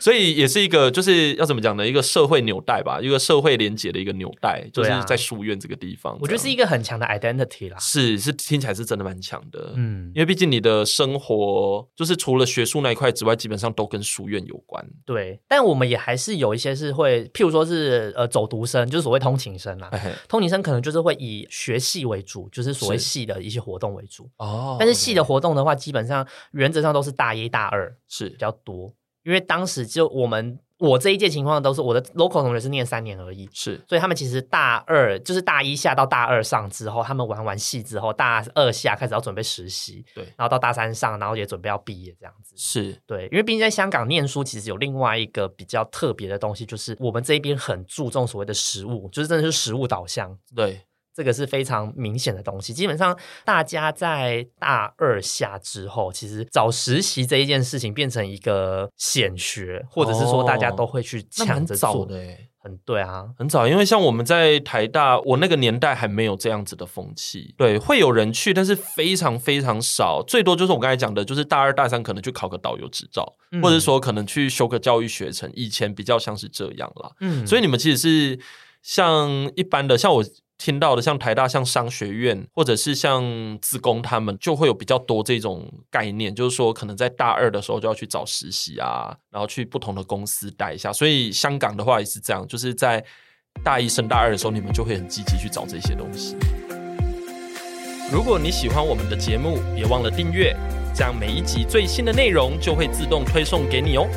S1: 所以也是一个就是要怎么讲呢？一个社会纽带吧，一个社会连接的一个纽带，就是
S2: 对啊
S1: 在书院这个地方，
S2: 我觉得是一
S1: 个
S2: 个很强的 identity 啦。
S1: 是是听起来是真的蛮强的，
S2: 嗯，
S1: 因为毕竟你的生活就是除了学术那一块之外，基本上都跟书院有关。
S2: 对，但我们也还是有一些是会，譬如说是呃走读生，就是所谓通勤生啦。
S1: 哎
S2: 通勤生可能就是会以学系为主，就是所谓
S1: 是
S2: 系的一些活动为主。
S1: 哦
S2: 但是系的活动的话，基本上原则上都是大一、大二
S1: 是
S2: 比较多，因为当时就我们我这一届情况都是我的 local 同学是念三年而已，
S1: 是
S2: 所以他们其实大二就是大一下到大二上之后，他们玩完戏之后，大二下开始要准备实习，
S1: 对
S2: 然后到大三上，然后也准备要毕业这样子。
S1: 是
S2: 对，因为毕竟在香港念书，其实有另外一个比较特别的东西，就是我们这边很注重所谓的实物，就是真的是实物导向，
S1: 对
S2: 这个是非常明显的东西。基本上大家在大二下之后，其实找实习这一件事情变成一个显学，或者是说大家都会去
S1: 那
S2: 抢
S1: 蛮
S2: 着
S1: 早
S2: 做，
S1: 的欸
S2: 很对啊，
S1: 很早，因为像我们在台大，我那个年代还没有这样子的风气。对，会有人去，但是非常非常少，最多就是我刚才讲的，就是大二大三可能去考个导游执照，
S2: 嗯
S1: 或者说可能去修个教育学程。以前比较像是这样啦。
S2: 嗯
S1: 所以你们其实是像一般的，像我听到的，像台大、像商学院，或者是像自工，他们就会有比较多这种概念，就是说可能在大二的时候就要去找实习啊，然后去不同的公司待一下。所以香港的话也是这样，就是在大一升大二的时候，你们就会很积极去找这些东西。如果你喜欢我们的节目，别忘了订阅，这样每一集最新的内容就会自动推送给你哦。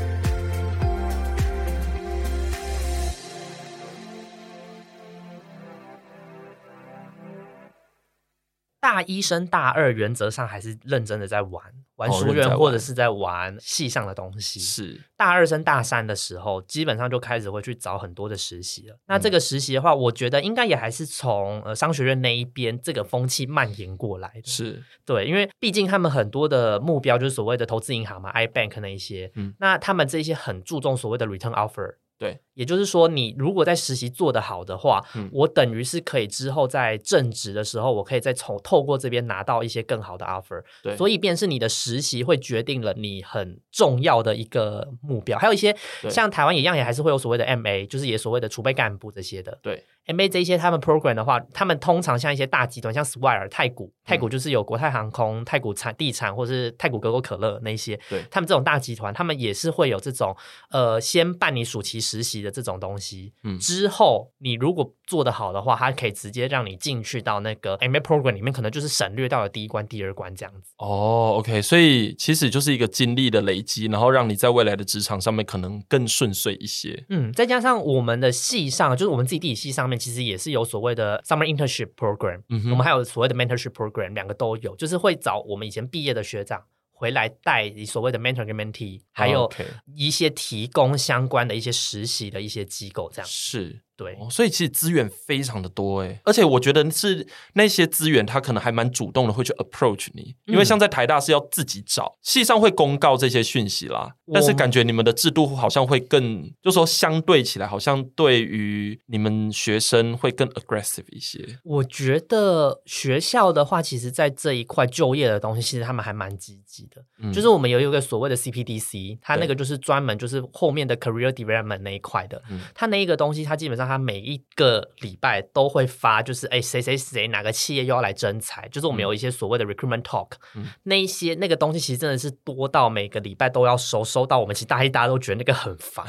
S2: 大一升大二原则上还是认真的在玩玩
S1: 哦
S2: 书
S1: 认真在
S2: 院，
S1: 玩
S2: 或者是在玩系上的东西。
S1: 是
S2: 大二升大三的时候，基本上就开始会去找很多的实习了。那
S1: 嗯
S2: 这个实习的话，我觉得应该也还是从呃商学院那一边这个风气蔓延过来的。
S1: 是，
S2: 对，因为毕竟他们很多的目标就是所谓的投资银行嘛、iBank 那一些，
S1: 嗯
S2: 那他们这些很注重所谓的 return offer。
S1: 对，
S2: 也就是说，你如果在实习做得好的话，
S1: 嗯
S2: 我等于是可以之后在正职的时候，我可以再从透过这边拿到一些更好的 offer。
S1: 对，
S2: 所以便是你的实习会决定了你很重要的一个目标，还有一些
S1: 对
S2: 像台湾一样，也还是会有所谓的 MA，就是也所谓的储备干部这些的。
S1: 对
S2: MA 这一些他们 program 的话，他们通常像一些大集团，像 Swire、太古、
S1: 嗯
S2: 太古就是有国泰航空、太古产地产或是太古可口可乐那一些，
S1: 对
S2: 他们这种大集团，他们也是会有这种呃，先办你暑期实习的这种东西，
S1: 嗯
S2: 之后你如果做得好的话，它可以直接让你进去到那个 MA program 里面，可能就是省略到了第一关、第二关这样子。
S1: 哦，OK，所以其实就是一个经历的累积，然后让你在未来的职场上面可能更顺遂一些。
S2: 嗯，再加上我们的系上，就是我们自己地理系上面，其实也是有所谓的 summer internship program，、
S1: 嗯哼
S2: 我们还有所谓的 mentorship program，两个都有，就是会找我们以前毕业的学长回来带你所谓的 mentor 跟 mentee，还有
S1: 哦 OK
S2: 一些提供相关的一些实习的一些机构，这样
S1: 是，
S2: 对。
S1: 哦所以其实资源非常的多诶，而且我觉得是那些资源，他可能还蛮主动的会去 approach 你，因为
S2: 嗯
S1: 像在台大是要自己找，系上会公告这些讯息啦，但是
S2: 我
S1: 感觉你们的制度好像会更，就说相对起来，好像对于你们学生会更 aggressive 一些。
S2: 我觉得学校的话，其实在这一块就业的东西，其实他们还蛮积极的。
S1: 嗯
S2: 就是我们有一个所谓的 CPDC，它
S1: 对
S2: 那个就是专门就是后面的 career development 那一块的
S1: 嗯，
S2: 它那一个东西，它基本上它每一个礼拜都会发，就是哎谁谁谁哪个企业又要来征才，就是我们有一些所谓的 recruitment talk，、
S1: 嗯
S2: 那一些那个东西其实真的是多到每个礼拜都要收，收到我们其实大一大家都觉得那个很烦，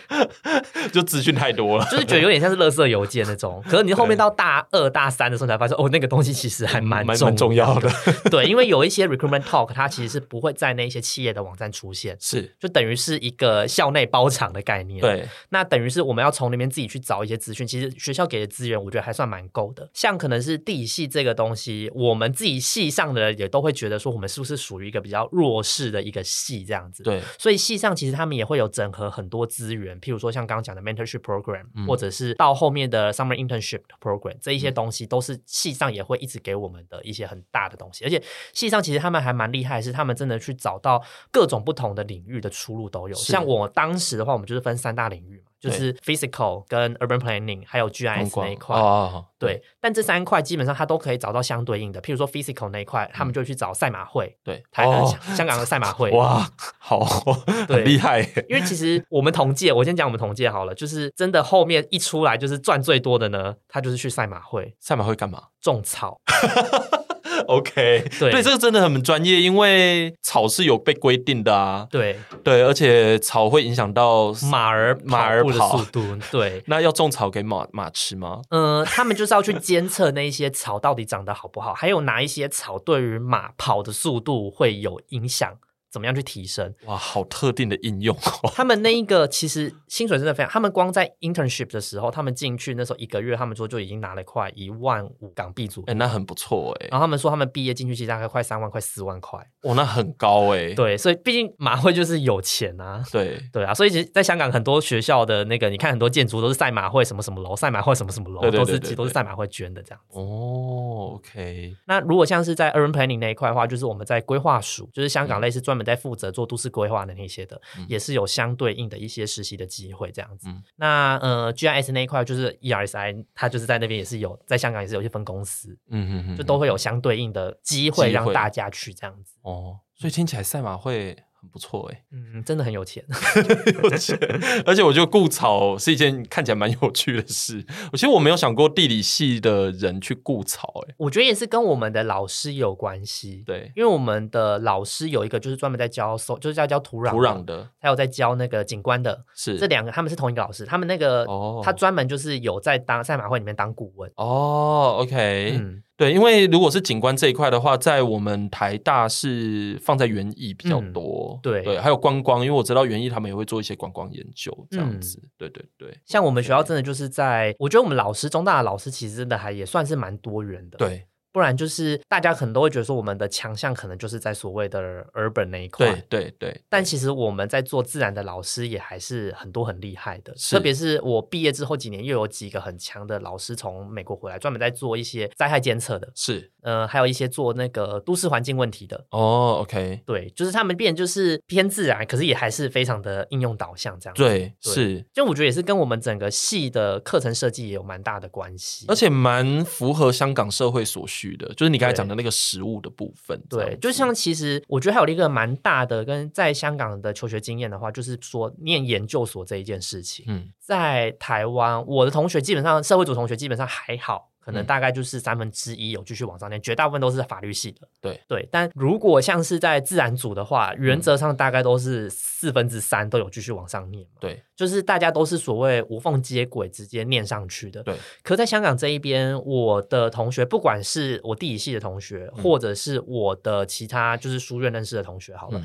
S1: 就资讯太多了，
S2: 就是觉得有点像是垃圾邮件那种。可是你后
S1: 对
S2: 面
S1: 嗯
S2: 到大二大三的时候才发现，哦，那个东西其实还蛮
S1: 蛮
S2: 重
S1: 蛮重要的，
S2: 对，因为有一些 recruitment talk，它其实是不会在那些企业的网站出现，
S1: 是
S2: 就等于是一个校内包场的概念。，
S1: 对，
S2: 那等于是我们要从里面自己去找一些资讯。其实学校给的资源，我觉得还算蛮够的。像可能是地理系这个东西，我们自己系上的人也都会觉得说，我们是不是属于一个比较弱势的一个系这样子？。
S1: 对，
S2: 所以系上其实他们也会有整合很多资源，譬如说像刚刚讲的 mentorship program，、
S1: 嗯
S2: 或者是到后面的 summer internship program，这一些东西都是系上也会一直给我们的一些很大的东西。而且系上其实他们还蛮厉害，是他们真的去找到各种不同的领域的出路都有。
S1: 是
S2: 像我当时的话，我们就是分三大领域嘛，就
S1: 对
S2: 是 physical 跟 urban planning，还有
S1: 观
S2: GIS
S1: 光
S2: 那一块。
S1: 哦，
S2: 对，但这三块基本上它都可以找到相对应的，譬如说 physical 那一块，他们就去找赛马会，
S1: 对，
S2: 台、
S1: 嗯哦，
S2: 香港的赛马会，
S1: 哇，好，
S2: 对
S1: 很厉害耶，
S2: 因为其 实我们同届，我先讲我们同届好了，就是真的后面一出来就是赚最多的呢，他就是去赛马会
S1: 赛马会干嘛？
S2: 种草。
S1: OK，
S2: 对
S1: 对，这个真的很专业，因为草是有被规定的啊，
S2: 对，
S1: 对，而且草会影响到
S2: 马儿
S1: 马儿
S2: 跑步的
S1: 跑
S2: 速度， 对。
S1: 那要种草给马马吃吗？
S2: 嗯、他们就是要去监测那一些草到底长得好不好，还有哪一些草对于马跑的速度会有影响，怎么样去提升。
S1: 哇，好特定的应用哦，
S2: 他们那一个其实薪水真的非常，他们光在 internship 的时候，他们进去那时候一个月，他们说就已经拿了快一万五港币左右
S1: 哎、。那很不错哎、
S2: 然后他们说，他们毕业进去其实大概快三万，快四万块。
S1: 哇，那很高哎、
S2: 对，所以毕竟马会就是有钱啊。
S1: 对
S2: 对啊，所以其实在香港很多学校的那个，你看很多建筑都是赛马会什么什么楼，赛马会什么什么楼，
S1: 对对对
S2: 都是
S1: 对
S2: 其实都是
S1: 对
S2: 赛马会捐的这样。
S1: 哦，OK，
S2: 那如果像是在 urban planning 那一块的话，就是我们在规划署，就是香港类似专门在负责做都市规划的那些的，
S1: 嗯
S2: 也是有相对应的一些实习的机会这样子。
S1: 嗯
S2: 那呃，GIS 那一块就是 E ERSI，它就是在那边也是有，在香港也是有一些分公司，
S1: 嗯嗯嗯，
S2: 就都会有相对应的机会
S1: 机
S2: 让
S1: 会
S2: 大家去这样子。
S1: 哦，所以听起来赛马会很不错哎、
S2: 嗯，真的很有钱。
S1: 有钱， 而且我觉得雇草是一件看起来蛮有趣的事。我其实我没有想过地理系的人去雇草哎、
S2: 我觉得也是跟我们的老师有关系。，
S1: 对，
S2: 因为我们的老师有一个就是专门在教搜，就是在教土壤，
S1: 土壤，的
S2: 还有在教那个景观的。
S1: 是
S2: 这两个他们是同一个老师，他们那个、
S1: 哦
S2: 他专门就是有在当赛马会里面当顾问。
S1: 哦，OK，、
S2: 嗯，
S1: 对，因为如果是景观这一块的话，在我们台大是放在园艺比较
S2: 嗯
S1: 多，
S2: 对
S1: 对，还有观光，因为我知道园艺他们也会做一些观光研究这样
S2: 嗯
S1: 子，对对对
S2: 像我们学校真的就是在，我觉得我们老师中大的老师其实真的还也算是蛮多元的。。
S1: 对
S2: 不然就是大家可能都会觉得说我们的强项可能就是在所谓的 urban 那一块，
S1: 对对对，
S2: 但其实我们在做自然的老师也还是很多很厉害的，
S1: 是
S2: 特别是我毕业之后几年又有几个很强的老师从美国回来，专门在做一些灾害监测的，
S1: 是
S2: 呃，还有一些做那个都市环境问题的。
S1: 哦，OK，
S2: 对，就是他们变就是偏自然，可是也还是非常的应用导向这样。，
S1: 对
S2: 对
S1: 是，
S2: 就我觉得也是跟我们整个系的课程设计也有蛮大的关系。
S1: 而且蛮符合香港社会所去的，就是你刚才讲的那个食物的部分。这
S2: 对，
S1: 样
S2: 就
S1: 子
S2: 像其实我觉得还有一个蛮大的跟在香港的求学经验的话，就是说念研究所这一件事情，
S1: 嗯
S2: 在台湾我的同学基本上社会组同学基本上还好。可能
S1: 嗯
S2: 大概就是三分之一有继续往上念，绝大部分都是法律系的。
S1: 对嗯
S2: 对，但如果像是在自然组的话，原则上大概都是四分之三都有继续往上念嘛。
S1: 对，
S2: 就是大家都是所谓无缝接轨，直接念上去的。
S1: 对，
S2: 可在香港这一边，我的同学，不管是我地理系的同学，
S1: 嗯
S2: 或者是我的其他就是书院认识的同学，好了，
S1: 嗯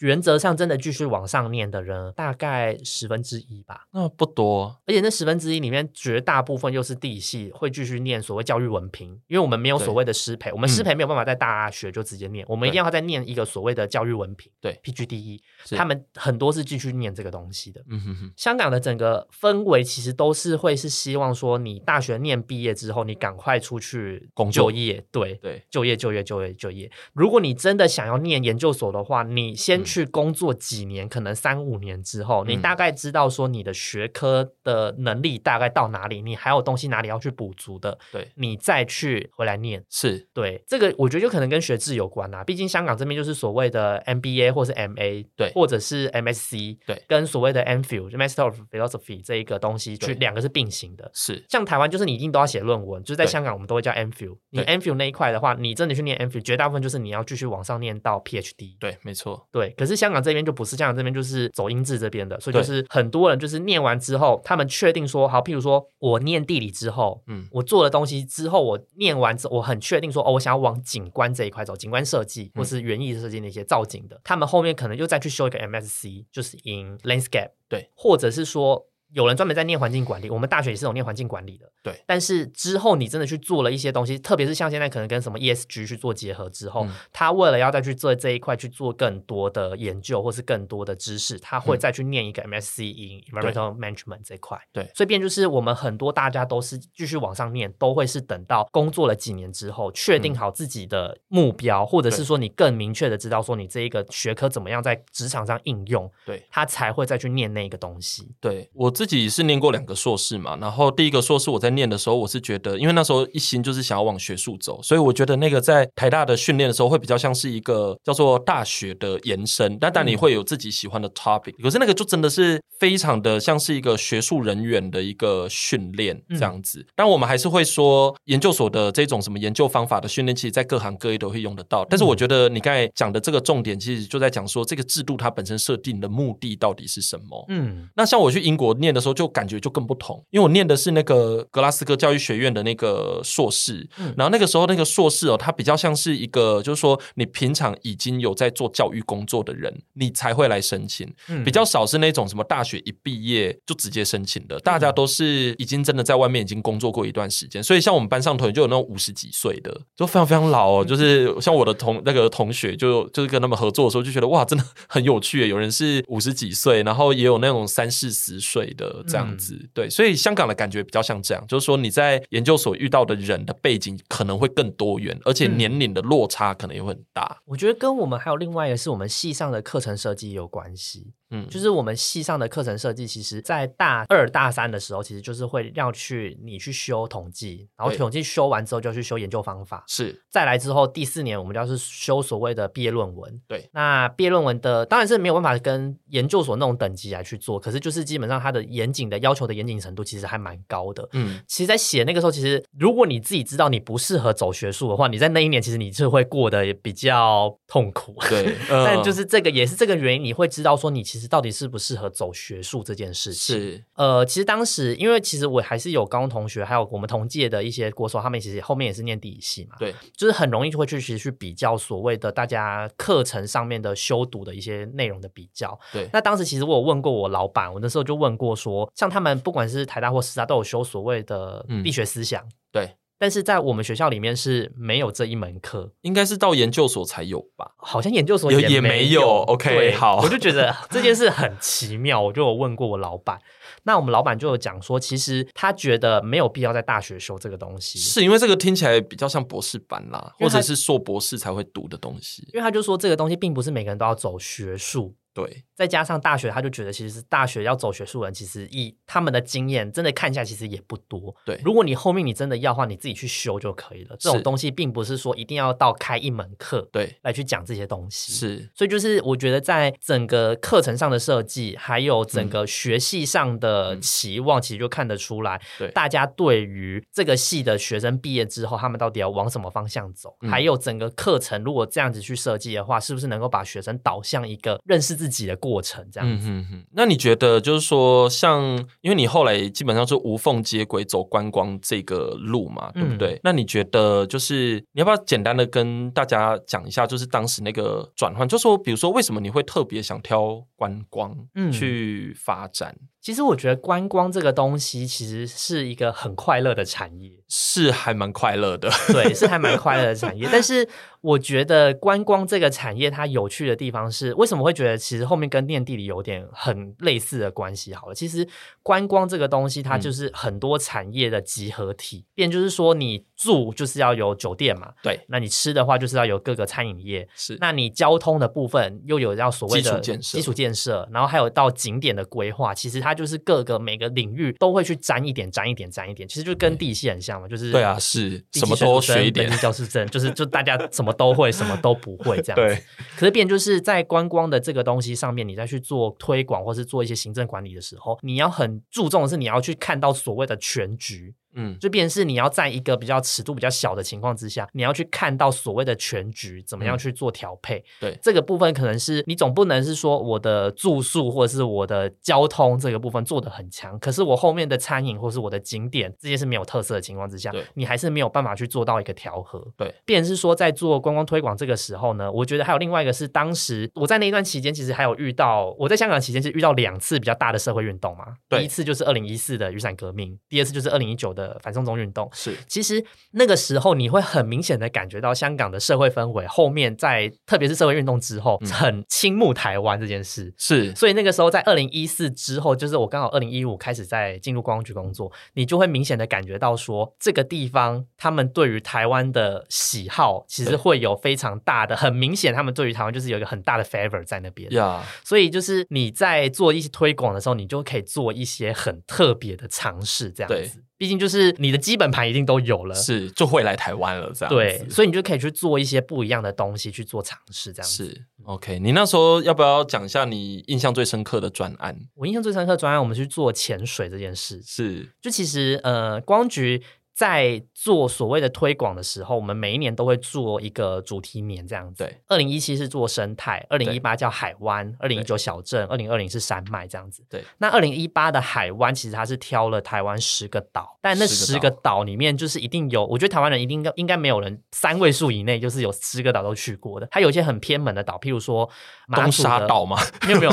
S2: 原则上真的继续往上念的人，大概十分之一吧。
S1: 那不多，
S2: 而且那十分之一里面，绝大部分又是地理系会继续念所谓教育文凭，因为我们没有
S1: 对
S2: 所谓的师培，我们
S1: 嗯
S2: 师培没有办法在大学就直接念，我们一定要再念一个所谓的教育文凭，
S1: 对
S2: PGDE，
S1: 是
S2: E 他们很多是继续念这个东西的。
S1: 嗯哼哼，
S2: 香港的整个氛围其实都是会是希望说，你大学念毕业之后，你赶快出去
S1: 工作
S2: 就业，对，
S1: 对，
S2: 就业，就业，就业，就业。如果你真的想要念研究所的话，你先去工作几年，可能三五年之后，你
S1: 嗯
S2: 大概知道说你的学科的能力大概到哪里，你还有东西哪里要去补足的，
S1: 对，
S2: 你再去回来念。
S1: 是，
S2: 对，这个我觉得就可能跟学制有关啦、毕竟香港这边就是所谓的 MBA 或是 MA，
S1: 对
S2: 或者是 MSc，
S1: 对
S2: 跟所谓的 MPhil 就 E Master of Philosophy 这一个东西去
S1: 对
S2: 两个是并行的。
S1: 是，
S2: 像台湾就是你一定都要写论文，就是在
S1: 对
S2: 香港我们都会叫 MPhil。你
S1: 对
S2: MPhil 那一块的话，你真的去念 MPhil，绝大部分就是你要继续往上念到 PhD。
S1: 对，没错，
S2: 对，可是香港这边就不是，香港这边就是走英制这边的，所以
S1: 对
S2: 就是很多人就是念完之后，他们确定说，好，譬如说我念地理之后，
S1: 嗯
S2: 我做的东西之后，我念完之后，我很确定说，哦，我想要往景观这一块走，景观设计
S1: 嗯
S2: 或是园艺设计那些造景的，他们后面可能又再去修一个 MSc，就是 in landscape，
S1: 对，
S2: 或者是说。有人专门在念环境管理，我们大学也是有念环境管理的。
S1: 对，
S2: 但是之后你真的去做了一些东西，特别是像现在可能跟什么 ESG 去做结合之后，
S1: 嗯
S2: 他为了要再去做这一块去做更多的研究或是更多的知识，他会
S1: 嗯
S2: 再去念一个 MSc in Environmental Management 这一块。
S1: 对
S2: 所以变就是我们很多大家都是继续往上念，都会是等到工作了几年之后，确定好自己的目标，或者
S1: 嗯
S2: 是
S1: 对
S2: 说你更明确的知道说你这一个学科怎么样在职场上应用，
S1: 对。
S2: 他才会再去念那个东西。
S1: 对我自己是念过两个硕士嘛，然后第一个硕士我在念的时候，我是觉得，因为那时候一心就是想要往学术走，所以我觉得那个在台大的训练的时候，会比较像是一个叫做大学的延伸，但但你会有自己喜欢的 topic，、可是那个就真的是非常的像是一个学术人员的一个训练这样子。但我们还是会说，研究所的这种什么研究方法的训练，其实在各行各业都会用得到。但是我觉得你刚才讲的这个重点，其实就在讲说这个制度它本身设定的目的到底是什么。
S2: 嗯，
S1: 那像我去英国念的时候，就感觉就更不同，因为我念的是那个格拉斯哥教育学院的那个硕士，
S2: 嗯
S1: 然后那个时候那个硕士哦，它比较像是一个，就是说你平常已经有在做教育工作的人，你才会来申请，
S2: 嗯
S1: 比较少是那种什么大学一毕业就直接申请的，大
S2: 嗯
S1: 家都是已经真的在外面已经工作过一段时间，所以像我们班上同学就有那种五十几岁的，就非常非常老哦，就是像我的同那个同学就就是跟他们合作的时候就觉得哇，真的很有趣耶，有人是五十几岁，然后也有那种三四十岁的这
S2: 嗯
S1: 样子，对，所以香港的感觉比较像这样，就是说你在研究所遇到的人的背景可能会更多元，而且
S2: 嗯
S1: 年龄的落差可能也会很大，
S2: 我觉得跟我们还有另外一个是我们系上的课程设计有关系。
S1: 嗯，
S2: 就是我们系上的课程设计，其实在大二大三的时候，其实就是会要去你去修统计，然后
S1: 对
S2: 统计修完之后就去修研究方法，
S1: 是
S2: 再来之后第四年我们就要是修所谓的毕业论文。
S1: 对，
S2: 那毕业论文的当然是没有办法跟研究所那种等级来去做，可是就是基本上它的严谨的要求的严谨程度其实还蛮高的。
S1: 嗯，
S2: 其实，在写那个时候，其实如果你自己知道你不适合走学术的话，你在那一年其实你是会过得也比较痛苦。
S1: 对，
S2: 但
S1: 嗯
S2: 就是这个也是这个原因，你会知道说你其实到底适不适合走学术这件事情。
S1: 是。
S2: 呃，其实当时因为其实我还是有高中同学，还有我们同届的一些国手，他们其实后面也是念地理系嘛，
S1: 对，
S2: 就是很容易就会去其实去比较所谓的大家课程上面的修读的一些内容的比较。
S1: 对
S2: 那当时其实我有问过我老板，我那时候就问过说，像他们不管是台大或师大都有修所谓的
S1: 嗯
S2: 必学思想，
S1: 对，
S2: 但是在我们学校里面是没有这一门课。
S1: 应该是到研究所才有吧？
S2: 好像研究所
S1: 也也
S2: 也
S1: 没有
S2: 有。
S1: OK，
S2: 对
S1: 好
S2: 我就觉得这件事很奇妙。我就有问过我老板，那我们老板就有讲说，其实他觉得没有必要在大学修这个东西，
S1: 是因为这个听起来比较像博士班啦，
S2: 嗯因为
S1: 或
S2: 它
S1: 者是硕博士才会读的东西。
S2: 因为他就说这个东西并不是每个人都要走学术。
S1: 对，
S2: 再加上大学，他就觉得其实是大学要走学术人，其实以他们的经验，真的看一下其实也不多。
S1: 对
S2: 如果你后面你真的要的话，你自己去修就可以了。这种
S1: 是
S2: 东西并不是说一定要到开一门课
S1: 对，
S2: 来去讲这些东西。。
S1: 是，
S2: 所以就是我觉得在整个课程上的设计，还有整个学系上的
S1: 嗯
S2: 期望，其实就看得出来，
S1: 对
S2: 大家对于这个系的学生毕业之后，他们到底要往什么方向走，
S1: 嗯
S2: 还有整个课程如果这样子去设计的话，是不是能够把学生导向一个认识自己的过程？这样
S1: 嗯
S2: 子，
S1: 哼哼。那你觉得就是说像，因为你后来基本上是无缝接轨走观光这个路嘛，对不
S2: 嗯
S1: 对？那你觉得就是你要不要简单的跟大家讲一下，就是当时那个转换，就说比如说为什么你会特别想挑观光
S2: 嗯
S1: 去发展？
S2: 其实我觉得观光这个东西其实是一个很快乐的产业。
S1: 是还蛮快乐的，
S2: 对，是还蛮快乐的产业。但是我觉得观光这个产业它有趣的地方是，为什么会觉得其实后面跟念地理有点很类似的关系？好了，其实观光这个东西它就是很多产业的集合体，便就是说你住就是要有酒店嘛，
S1: 对，
S2: 那你吃的话就是要有各个餐饮业。
S1: 是
S2: 那你交通的部分又有要所谓
S1: 基
S2: 的
S1: 础建设
S2: 基础建设，然后还有到景点的规划，其实它就是各个每个领域都会去沾一点、沾一点、沾一点，其实就跟地系很像嘛，就是
S1: 对啊，是
S2: 地
S1: 什么
S2: 基
S1: 都
S2: 水准
S1: 学一
S2: 本
S1: 点
S2: 地，教师证就是就大家什么都会，什么都不会这样子。
S1: 对，
S2: 可是变就是在观光的这个东西上面，你再去做推广或是做一些行政管理的时候，你要很注重的是你要去看到所谓的全局，
S1: 嗯，
S2: 就变成是你要在一个比较尺度比较小的情况之下，你要去看到所谓的全局怎么样去做调配。
S1: 嗯对
S2: 这个部分可能是你总不能是说我的住宿或者是我的交通这个部分做得很强，可是我后面的餐饮或是我的景点这些是没有特色的情况之下
S1: 对，
S2: 你还是没有办法去做到一个调和。
S1: 对，
S2: 便是说在做观光推广这个时候呢，我觉得还有另外一个是，当时我在那一段期间其实还有遇到，我在香港期间是遇到两次比较大的社会运动嘛，
S1: 对
S2: 第一次就是二零一四的雨伞革命，第二次就是二零一九的反送中运动。
S1: 是
S2: 其实那个时候，你会很明显的感觉到香港的社会氛围后面在，特别是社会运动之后，
S1: 嗯
S2: 很倾慕台湾这件事。
S1: 是，
S2: 所以那个时候，在二零一四之后，就是我刚好二零一五开始在进入观光局工作，你就会明显的感觉到说，这个地方他们对于台湾的喜好，其实
S1: 对
S2: 会有非常大的，很明显，他们对于台湾就是有一个很大的 favor 在那边。
S1: 呀，
S2: 所以就是你在做一些推广的时候，你就可以做一些很特别的尝试，这样
S1: 对
S2: 子。毕竟就是你的基本盘一定都有了，
S1: 是啊就会来台湾了，这样
S2: 对，
S1: 子
S2: 所以你就可以去做一些不一样的东西去做尝试，这样子。
S1: 是 OK。你那时候要不要讲一下你印象最深刻的专案？
S2: 我印象最深刻的专案，我们去做潜水这件事，
S1: 是
S2: 就其实呃，光局在做所谓的推广的时候，我们每一年都会做一个主题年这样子。
S1: 对，
S2: 二零一七是做生态，二零一八叫海湾，二零一九小镇，二零二零是山脉这样子。
S1: 对，
S2: 那二零一八的海湾其实它是挑了台湾十个岛，但那
S1: 10
S2: 十
S1: 个
S2: 个
S1: 岛
S2: 岛里面就是一定有，我觉得台湾人一定应该应该没有人三位数以内就是有十个岛都去过的。它有一些很偏门的岛，譬如说马
S1: 东
S2: 祖的
S1: 沙，岛吗？
S2: 没 有没有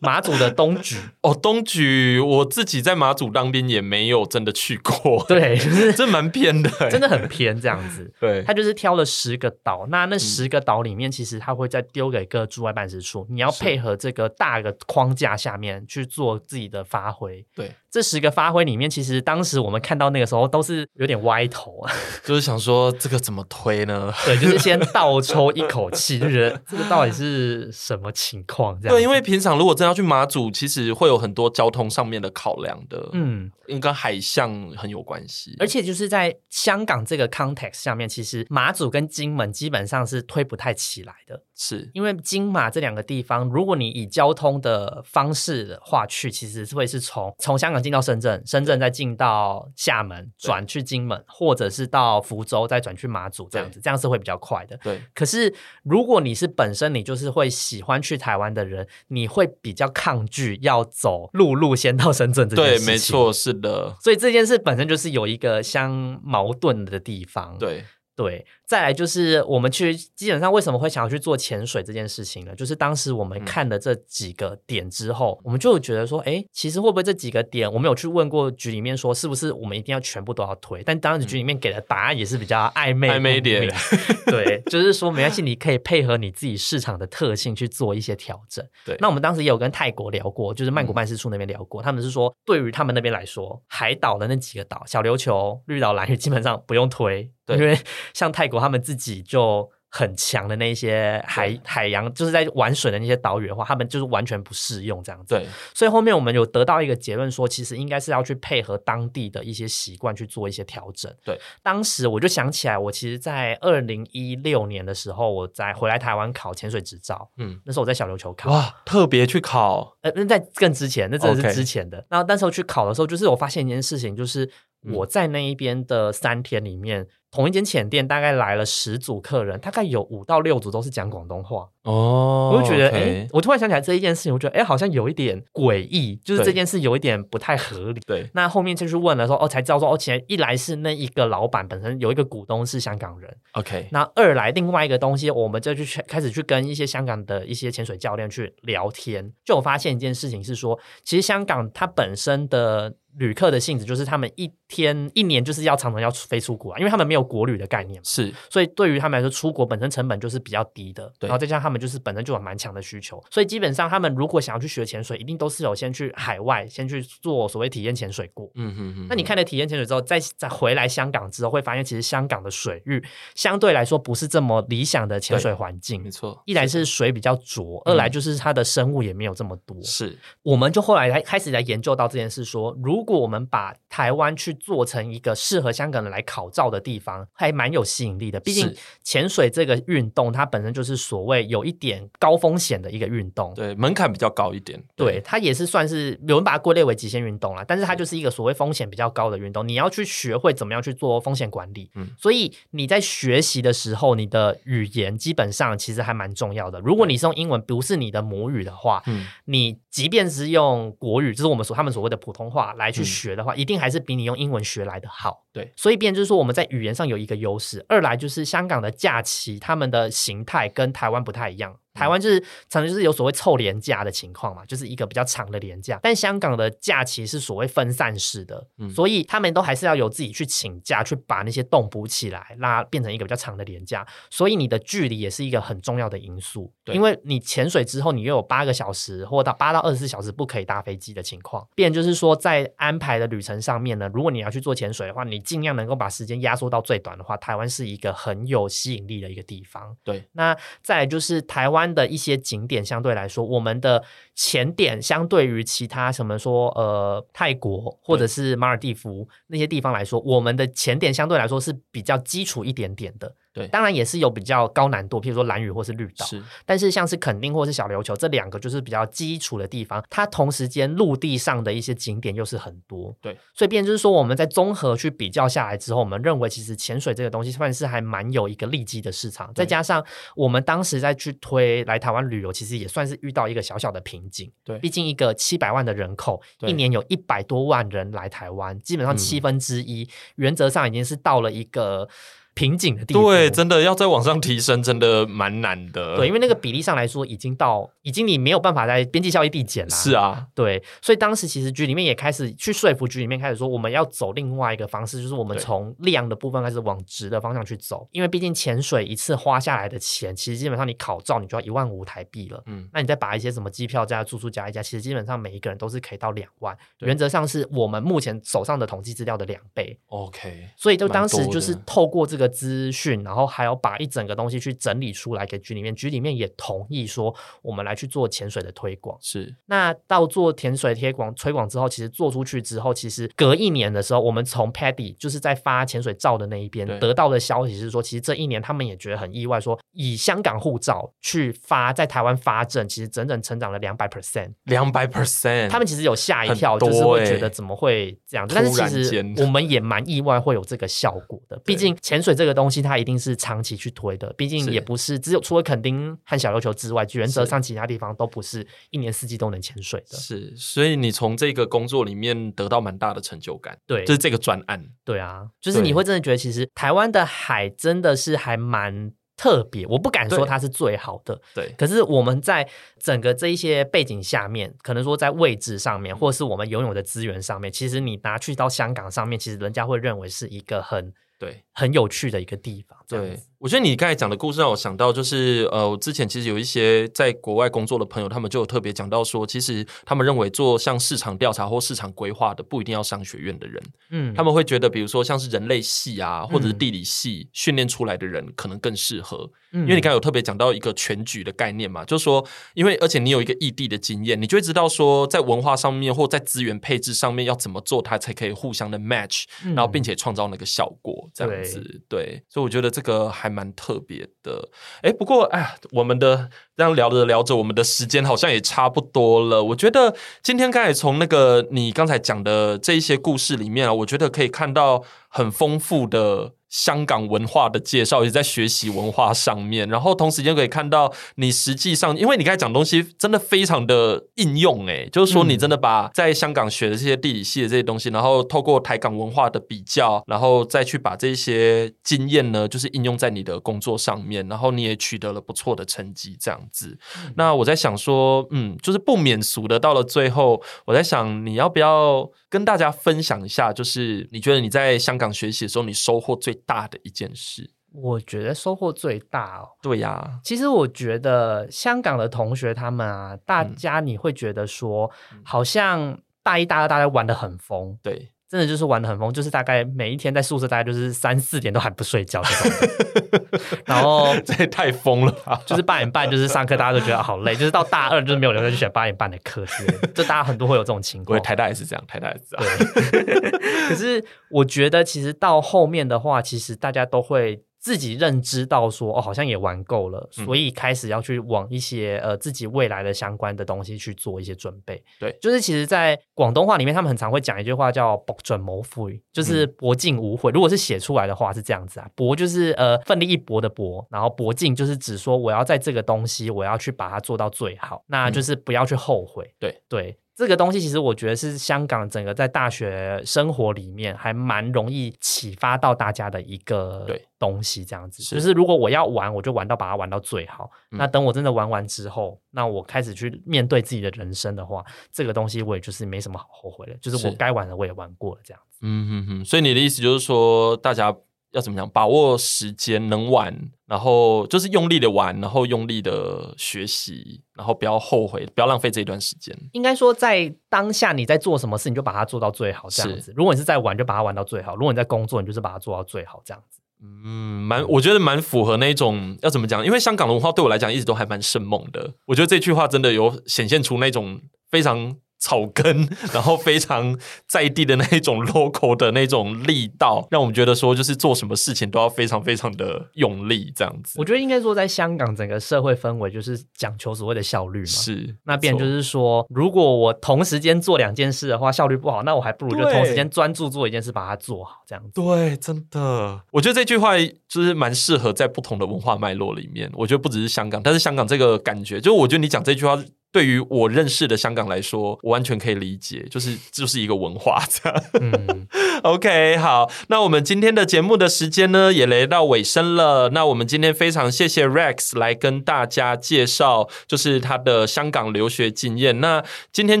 S2: 马祖的东莒，
S1: 哦，东莒，我自己在马祖当兵也没有真的去过，
S2: 对，就是
S1: 这蛮偏的，
S2: 真
S1: 的
S2: 的很偏这样子。
S1: 对嗯
S2: 他就是挑了十个岛，那那十个岛里面，其实他会再丢给各驻外办事处，你要
S1: 是
S2: 配合这个大的框架下面去做自己的发挥。
S1: 对，
S2: 这十个发挥里面，其实当时我们看到那个时候都是有点歪头 啊，
S1: 就是想说这个怎么推呢？
S2: 对，就是先倒抽一口气，就觉得 这个到底是什么情况？这样
S1: 对，因
S2: 为
S1: 为平常如果真的要去马祖，其实会有很多交通上面的考量的，嗯，
S2: 嗯，
S1: 跟海象很有关系，
S2: 而且就是在香港这个 context 下面，其实马祖跟金门基本上是推不太起来的。
S1: 是
S2: 因为金马这两个地方，如果你以交通的方式的话去，其实是会是从从香港进到深圳，深圳再进到厦门，
S1: 对
S2: 转去金门，或者是到福州再转去马祖这样子，这样是会比较快的。
S1: 对，
S2: 可是，如果你是本身你就是会喜欢去台湾的人，你会比较抗拒要走陆路先到深圳这件
S1: 对
S2: 事，情。
S1: 没。错，是的，
S2: 所以这件事本身就是有一个相矛盾的地方。。
S1: 对，
S2: 对，再来就是我们去，基本上为什么会想要去做潜水这件事情呢？就是当时我
S1: 嗯
S2: 们看了这几个点之后，我们就觉得说，哎，其实会不会这几个点，我们有去问过局里面说，是不是我们一定要全部都要推？但当时局里面给的答案也是比较暧昧
S1: 嗯暧昧一点
S2: 不明对，就是说没关系，你可以配合你自己市场的特性去做一些调整。
S1: 对
S2: 那我们当时也有跟泰国聊过，就是
S1: 嗯
S2: 曼谷办事处那边聊过，他们是说，对于他们那边来说，海岛的那几个 岛，小琉球、绿岛、蓝屿，基本上不用推，
S1: 对
S2: 因为像泰国他们自己就很强的那一些海海洋，就是在玩水的那些岛屿的话，他们就是完全不适用这样子。
S1: 对，
S2: 所以后面我们有得到一个结论说，其实应该是要去配合当地的一些习惯去做一些调整。
S1: 对，
S2: 当时我就想起来，我其实，在二零一六年的时候，我在回来台湾考潜水执照，
S1: 嗯，
S2: 那时候我在小琉球考。
S1: 哇，特别去考，
S2: 呃，那在更之前，那真的
S1: OK
S2: 是之前的。然后那时候去考的时候，就是我发现一件事情，就是
S1: 嗯
S2: 我在那一边的三天里面，同一间浅店大概来了十组客人，大概有五到六组都是讲广东话。
S1: 哦
S2: 我就觉得，哎、
S1: OK
S2: 我突然想起来这一件事情，我觉得，哎、好像有一点诡异，就是
S1: 对
S2: 这件事有一点不太合理。
S1: 对，
S2: 那后面就去问了说，哦，才知道说，哦，前一来是那一个老板本身有一个股东是香港人，
S1: OK，
S2: 那二来另外一个东西，我们就去去开始去跟一些香港的一些潜水教练去聊天，就我发现一件事情是说，其实香港它本身的旅客的性质就是他们一天一年就是要常常要出飞出国、啊，因为他们没有国旅的概念嘛。
S1: 是
S2: 所以对于他们来说，出国本身成本就是比较低的，
S1: 对
S2: 然后再加上他们就是本身就有蛮强的需求，所以基本上他们如果想要去学潜水，一定都是有先去海外先去做所谓体验潜水过。
S1: 嗯哼哼，
S2: 那你看了体验潜水之后，再再回来香港之后，会发现其实香港的水域相对来说不是这么理想的潜水环
S1: 嗯没
S2: 境。
S1: 错，
S2: 一来是水比较浊，
S1: 嗯
S2: 二来就是它的生物也没有这么多。
S1: 是
S2: 我们就后来来开始来研究到这件事说，如果我们把台湾去做成一个适合香港人来考照的地方，还蛮有吸引力的。毕竟
S1: 是
S2: 潜水这个运动，它本身就是所谓有一点高风险的一个运动。
S1: 对门槛比较高一点，
S2: 对，它也是算是有人把它归类为极限运动啦，但是它就是一个所谓风险比较高的运动，你要去学会怎么样去做风险管理。
S1: 嗯
S2: 所以你在学习的时候，你的语言基本上其实还蛮重要的。如果你是用英文，不是你的母语的话，
S1: 嗯，
S2: 你即便是用国语，就是我们所他们所谓的普通话来去
S1: 嗯
S2: 学的话，一定还是比你用英文学来的好。
S1: 对，
S2: 所以变成就是说我们在语言上有一个优势。二来就是香港的假期，他们的形态跟台湾不太一样。
S1: 嗯
S2: 台湾就是常常就是有所谓凑连假的情况嘛，就是一个比较长的连假，但香港的假期是所谓分散式的，
S1: 嗯
S2: 所以他们都还是要有自己去请假，去把那些洞补起来，让它变成一个比较长的连假。所以你的距离也是一个很重要的因素，
S1: 对
S2: 因为你潜水之后，你又有八个小时或到八到二十四小时不可以搭飞机的情况，变成就是说在安排的旅程上面呢，如果你要去做潜水的话，你尽量能够把时间压缩到最短的话，台湾是一个很有吸引力的一个地方。
S1: 对，
S2: 那再来就是台湾的一些景点，相对来说，我们的前点相对于其他什么说呃泰国或者是马尔蒂夫那些地方来说，我们的前点相对来说是比较基础一点点的。
S1: 对
S2: 当然也是有比较高难度，譬如说蓝屿或是绿岛，
S1: 是
S2: 但是像是垦丁或是小琉球这两个就是比较基础的地方，它同时间陆地上的一些景点又是很多，
S1: 对，
S2: 所以变成就是说我们在综合去比较下来之后，我们认为其实潜水这个东西算是还蛮有一个利基的市场，再加上我们当时在去推来台湾旅游，其实也算是遇到一个小小的瓶颈，
S1: 对
S2: 毕竟一个七百万的人口，
S1: 对
S2: 一年有一百多万人来台湾，基本上
S1: 嗯
S2: 七分之一，原则上已经是到了一个瓶颈的地步，
S1: 对，真的要再往上提升，真的蛮难的，
S2: 对，因为那个比例上来说，已经到已经你没有办法在边际效益递减啦。
S1: 是啊，
S2: 对，所以当时其实局里面也开始去说服局里面开始说，我们要走另外一个方式，就是我们
S1: 对
S2: 从量的部分开始往直的方向去走，因为毕竟潜水一次花下来的钱，其实基本上你考照你就要一万五台币了。
S1: 嗯，
S2: 那你再把一些什么机票加住宿加一加，其实基本上每一个人都是可以到两万，
S1: 对
S2: 原则上是我们目前手上的统计资料的两倍。
S1: OK，
S2: 所以就
S1: 蛮
S2: 当时
S1: 多
S2: 就是
S1: 的
S2: 透过这个资讯，然后还要把一整个东西去整理出来给局里面，局里面也同意说我们来去做潜水的推广。
S1: 是
S2: 那到做潜水推广推广之后，其实做出去之后，其实隔一年的时候，我们从 Paddy 就是在发潜水照的那一边
S1: 对
S2: 得到的消息是说，其实这一年他们也觉得很意外说，以香港护照去发在台湾发证，其实整整成长了两百 percent。
S1: 两百 percent，
S2: 他们其实有吓一
S1: 很
S2: 跳，就是
S1: 多
S2: 会
S1: 欸
S2: 觉得怎么会这样子，
S1: 突
S2: 但是其
S1: 然
S2: 实
S1: 间
S2: 我们也蛮意外会有这个效果的。毕竟潜水这个东西，它一定是长期去推的，毕竟
S1: 是
S2: 也不是只有除了垦丁和小琉球之外，原则上其他地方都不是一年四季都能潜水的。
S1: 是，所以你从这个工作里面得到蛮大的成就感，
S2: 对
S1: 就是这个专案，
S2: 对啊，就是
S1: 对
S2: 你会真的觉得，其实台湾的海真的是还蛮特别，我不敢说
S1: 对
S2: 它是最好的，
S1: 对，
S2: 可是我们在整个这一些背景下面，可能说在位置上面，或者是我们拥有的资源上面，其实你拿去到香港上面，其实人家会认为是一个很
S1: 对。
S2: 很有趣的一个地方。这样
S1: 对
S2: 子，
S1: 我觉得你刚才讲的故事让我想到，就是呃，我之前其实有一些在国外工作的朋友，他们就有特别讲到说，其实他们认为做像市场调查或市场规划的不一定要商学院的人，
S2: 嗯，
S1: 他
S2: 们
S1: 们会觉得，比如说像是人类系啊，或者是
S2: 嗯
S1: 地理系训练出来的人，可能更适合
S2: 嗯
S1: 因为你刚才有特别讲到一个全局的概念嘛，就是说，因为而且你有一个异地的经验，你就会知道说，在文化上面或在资源配置上面要怎么做，它才可以互相的 match，、
S2: 嗯
S1: 然后并且创造那个效果，这样子。对，所以我觉得这个还蛮特别的。哎，不过哎呀，我们的这样聊着聊着，我们的时间好像也差不多了。我觉得今天刚才从那个你刚才讲的这一些故事里面啊，我觉得可以看到很丰富的。香港文化的介绍，也在学习文化上面，然后同时间可以看到你实际上，因为你刚才讲东西真的非常的应用、欸，就是说你真的把在香港学的这些地理系的这些东西，然后透过台港文化的比较，然后再去把这些经验呢，就是应用在你的工作上面，然后你也取得了不错的成绩，这样子。那我在想说，嗯，就是不免俗的，到了最后，我在想你要不要跟大家分享一下，就是你觉得你在香港学习的时候，你收获最大的一件事？
S2: 我觉得收获最大哦。
S1: 对呀、
S2: 其实我觉得香港的同学他们啊，大
S1: 嗯
S2: 家你会觉得说，好像大一、大二大家玩的很疯，
S1: 对，
S2: 真的就是玩的很疯，就是大概每一天在宿舍大概就是三四点都还不睡觉这种 的然后
S1: 这也太疯了吧！
S2: 就是八点半，就是上课大家都觉得好累，就是到大二就是没有留下去选八点半的课之类的，就大家很多会有这种情
S1: 我
S2: 况
S1: 也。台大也是这样，台大也是这样。
S2: 可是我觉得，其实到后面的话，其实大家都会自己认知到说，哦，好像也玩够了，
S1: 嗯
S2: 所以开始要去往一些呃自己未来的相关的东西去做一些准备。
S1: 对
S2: 就是其实，在广东话里面，他们很常会讲一句话叫“博准谋悔”，就是
S1: 嗯
S2: 博尽无悔。如果是写出来的话是这样子啊，博就是呃奋力一搏的搏，然后博尽就是指说我要在这个东西，我要去把它做到最好，那
S1: 嗯
S2: 就是不要去后悔。对这个东西，其实我觉得是香港整个在大学生活里面还蛮容易启发到大家的一个
S1: 对
S2: 东西，这样子。
S1: 是
S2: 就是如果我要玩，我就玩到把它玩到最好。
S1: 嗯
S2: 那等我真的玩完之后，那我开始去面对自己的人生的话，这个东西我也就是没什么好后悔的，就是我
S1: 是
S2: 该玩的我也玩过了，这样子。
S1: 嗯哼哼，所以你的意思就是说，大家要怎么讲，把握时间，能玩，然后就是用力的玩，然后用力的学习，然后不要后悔，不要浪费这一段时间。
S2: 应该说，在当下你在做什么事，你就把它做到最好，这样
S1: 是
S2: 子。如果你是在玩，就把它玩到最好；如果你在工作，你就是把它做到最好，这样子。
S1: 嗯，蛮，我觉得蛮符合那种要怎么讲，因为香港的文化对我来讲一直都还蛮生猛的。我觉得这句话真的有显现出那种非常草根，然后非常在地的那一种 local 的那种力道，让我们觉得说，就是做什么事情都要非常非常的用力，这样子
S2: 我。觉得应该说，在香港整个社会氛围就是讲求所谓的效率嘛。
S1: 是，
S2: 那变
S1: 没错
S2: 就是说，如果我同时间做两件事的话，效率不好，那我还不如就
S1: 对
S2: 同时间专注做一件事，把它做好，这样子。
S1: 对，真的，我觉得这句话就是蛮适合在不同的文化脉络里面。我觉得不只是香港，但是香港这个感觉，就是我觉得你讲这句话，对于我认识的香港来说，我完全可以理解，就是就是一个文化这样。
S2: 嗯，
S1: OK，好，那我们今天的节目的时间呢，也来到尾声了。那我们今天非常谢谢 Rex 来跟大家介绍，就是他的香港留学经验。那今天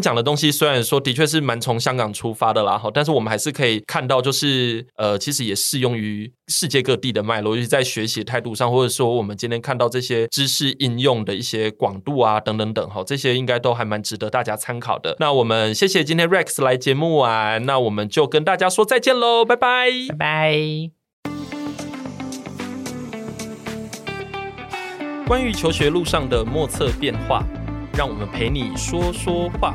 S1: 讲的东西虽然说的确是蛮从香港出发的啦，哈，但是我们还是可以看到，就是呃，其实也适用于世界各地的脉络，尤其在学习态度上，或者说我们今天看到这些知识应用的一些广度啊，等等等，哈，这些应该都还蛮值得大家参考的。那我们谢谢今天 Rex 来节目啊，那我们就跟大家说再见喽，拜拜。
S2: 拜拜。
S1: 关于求学路上的莫测变化，让我们陪你说说话。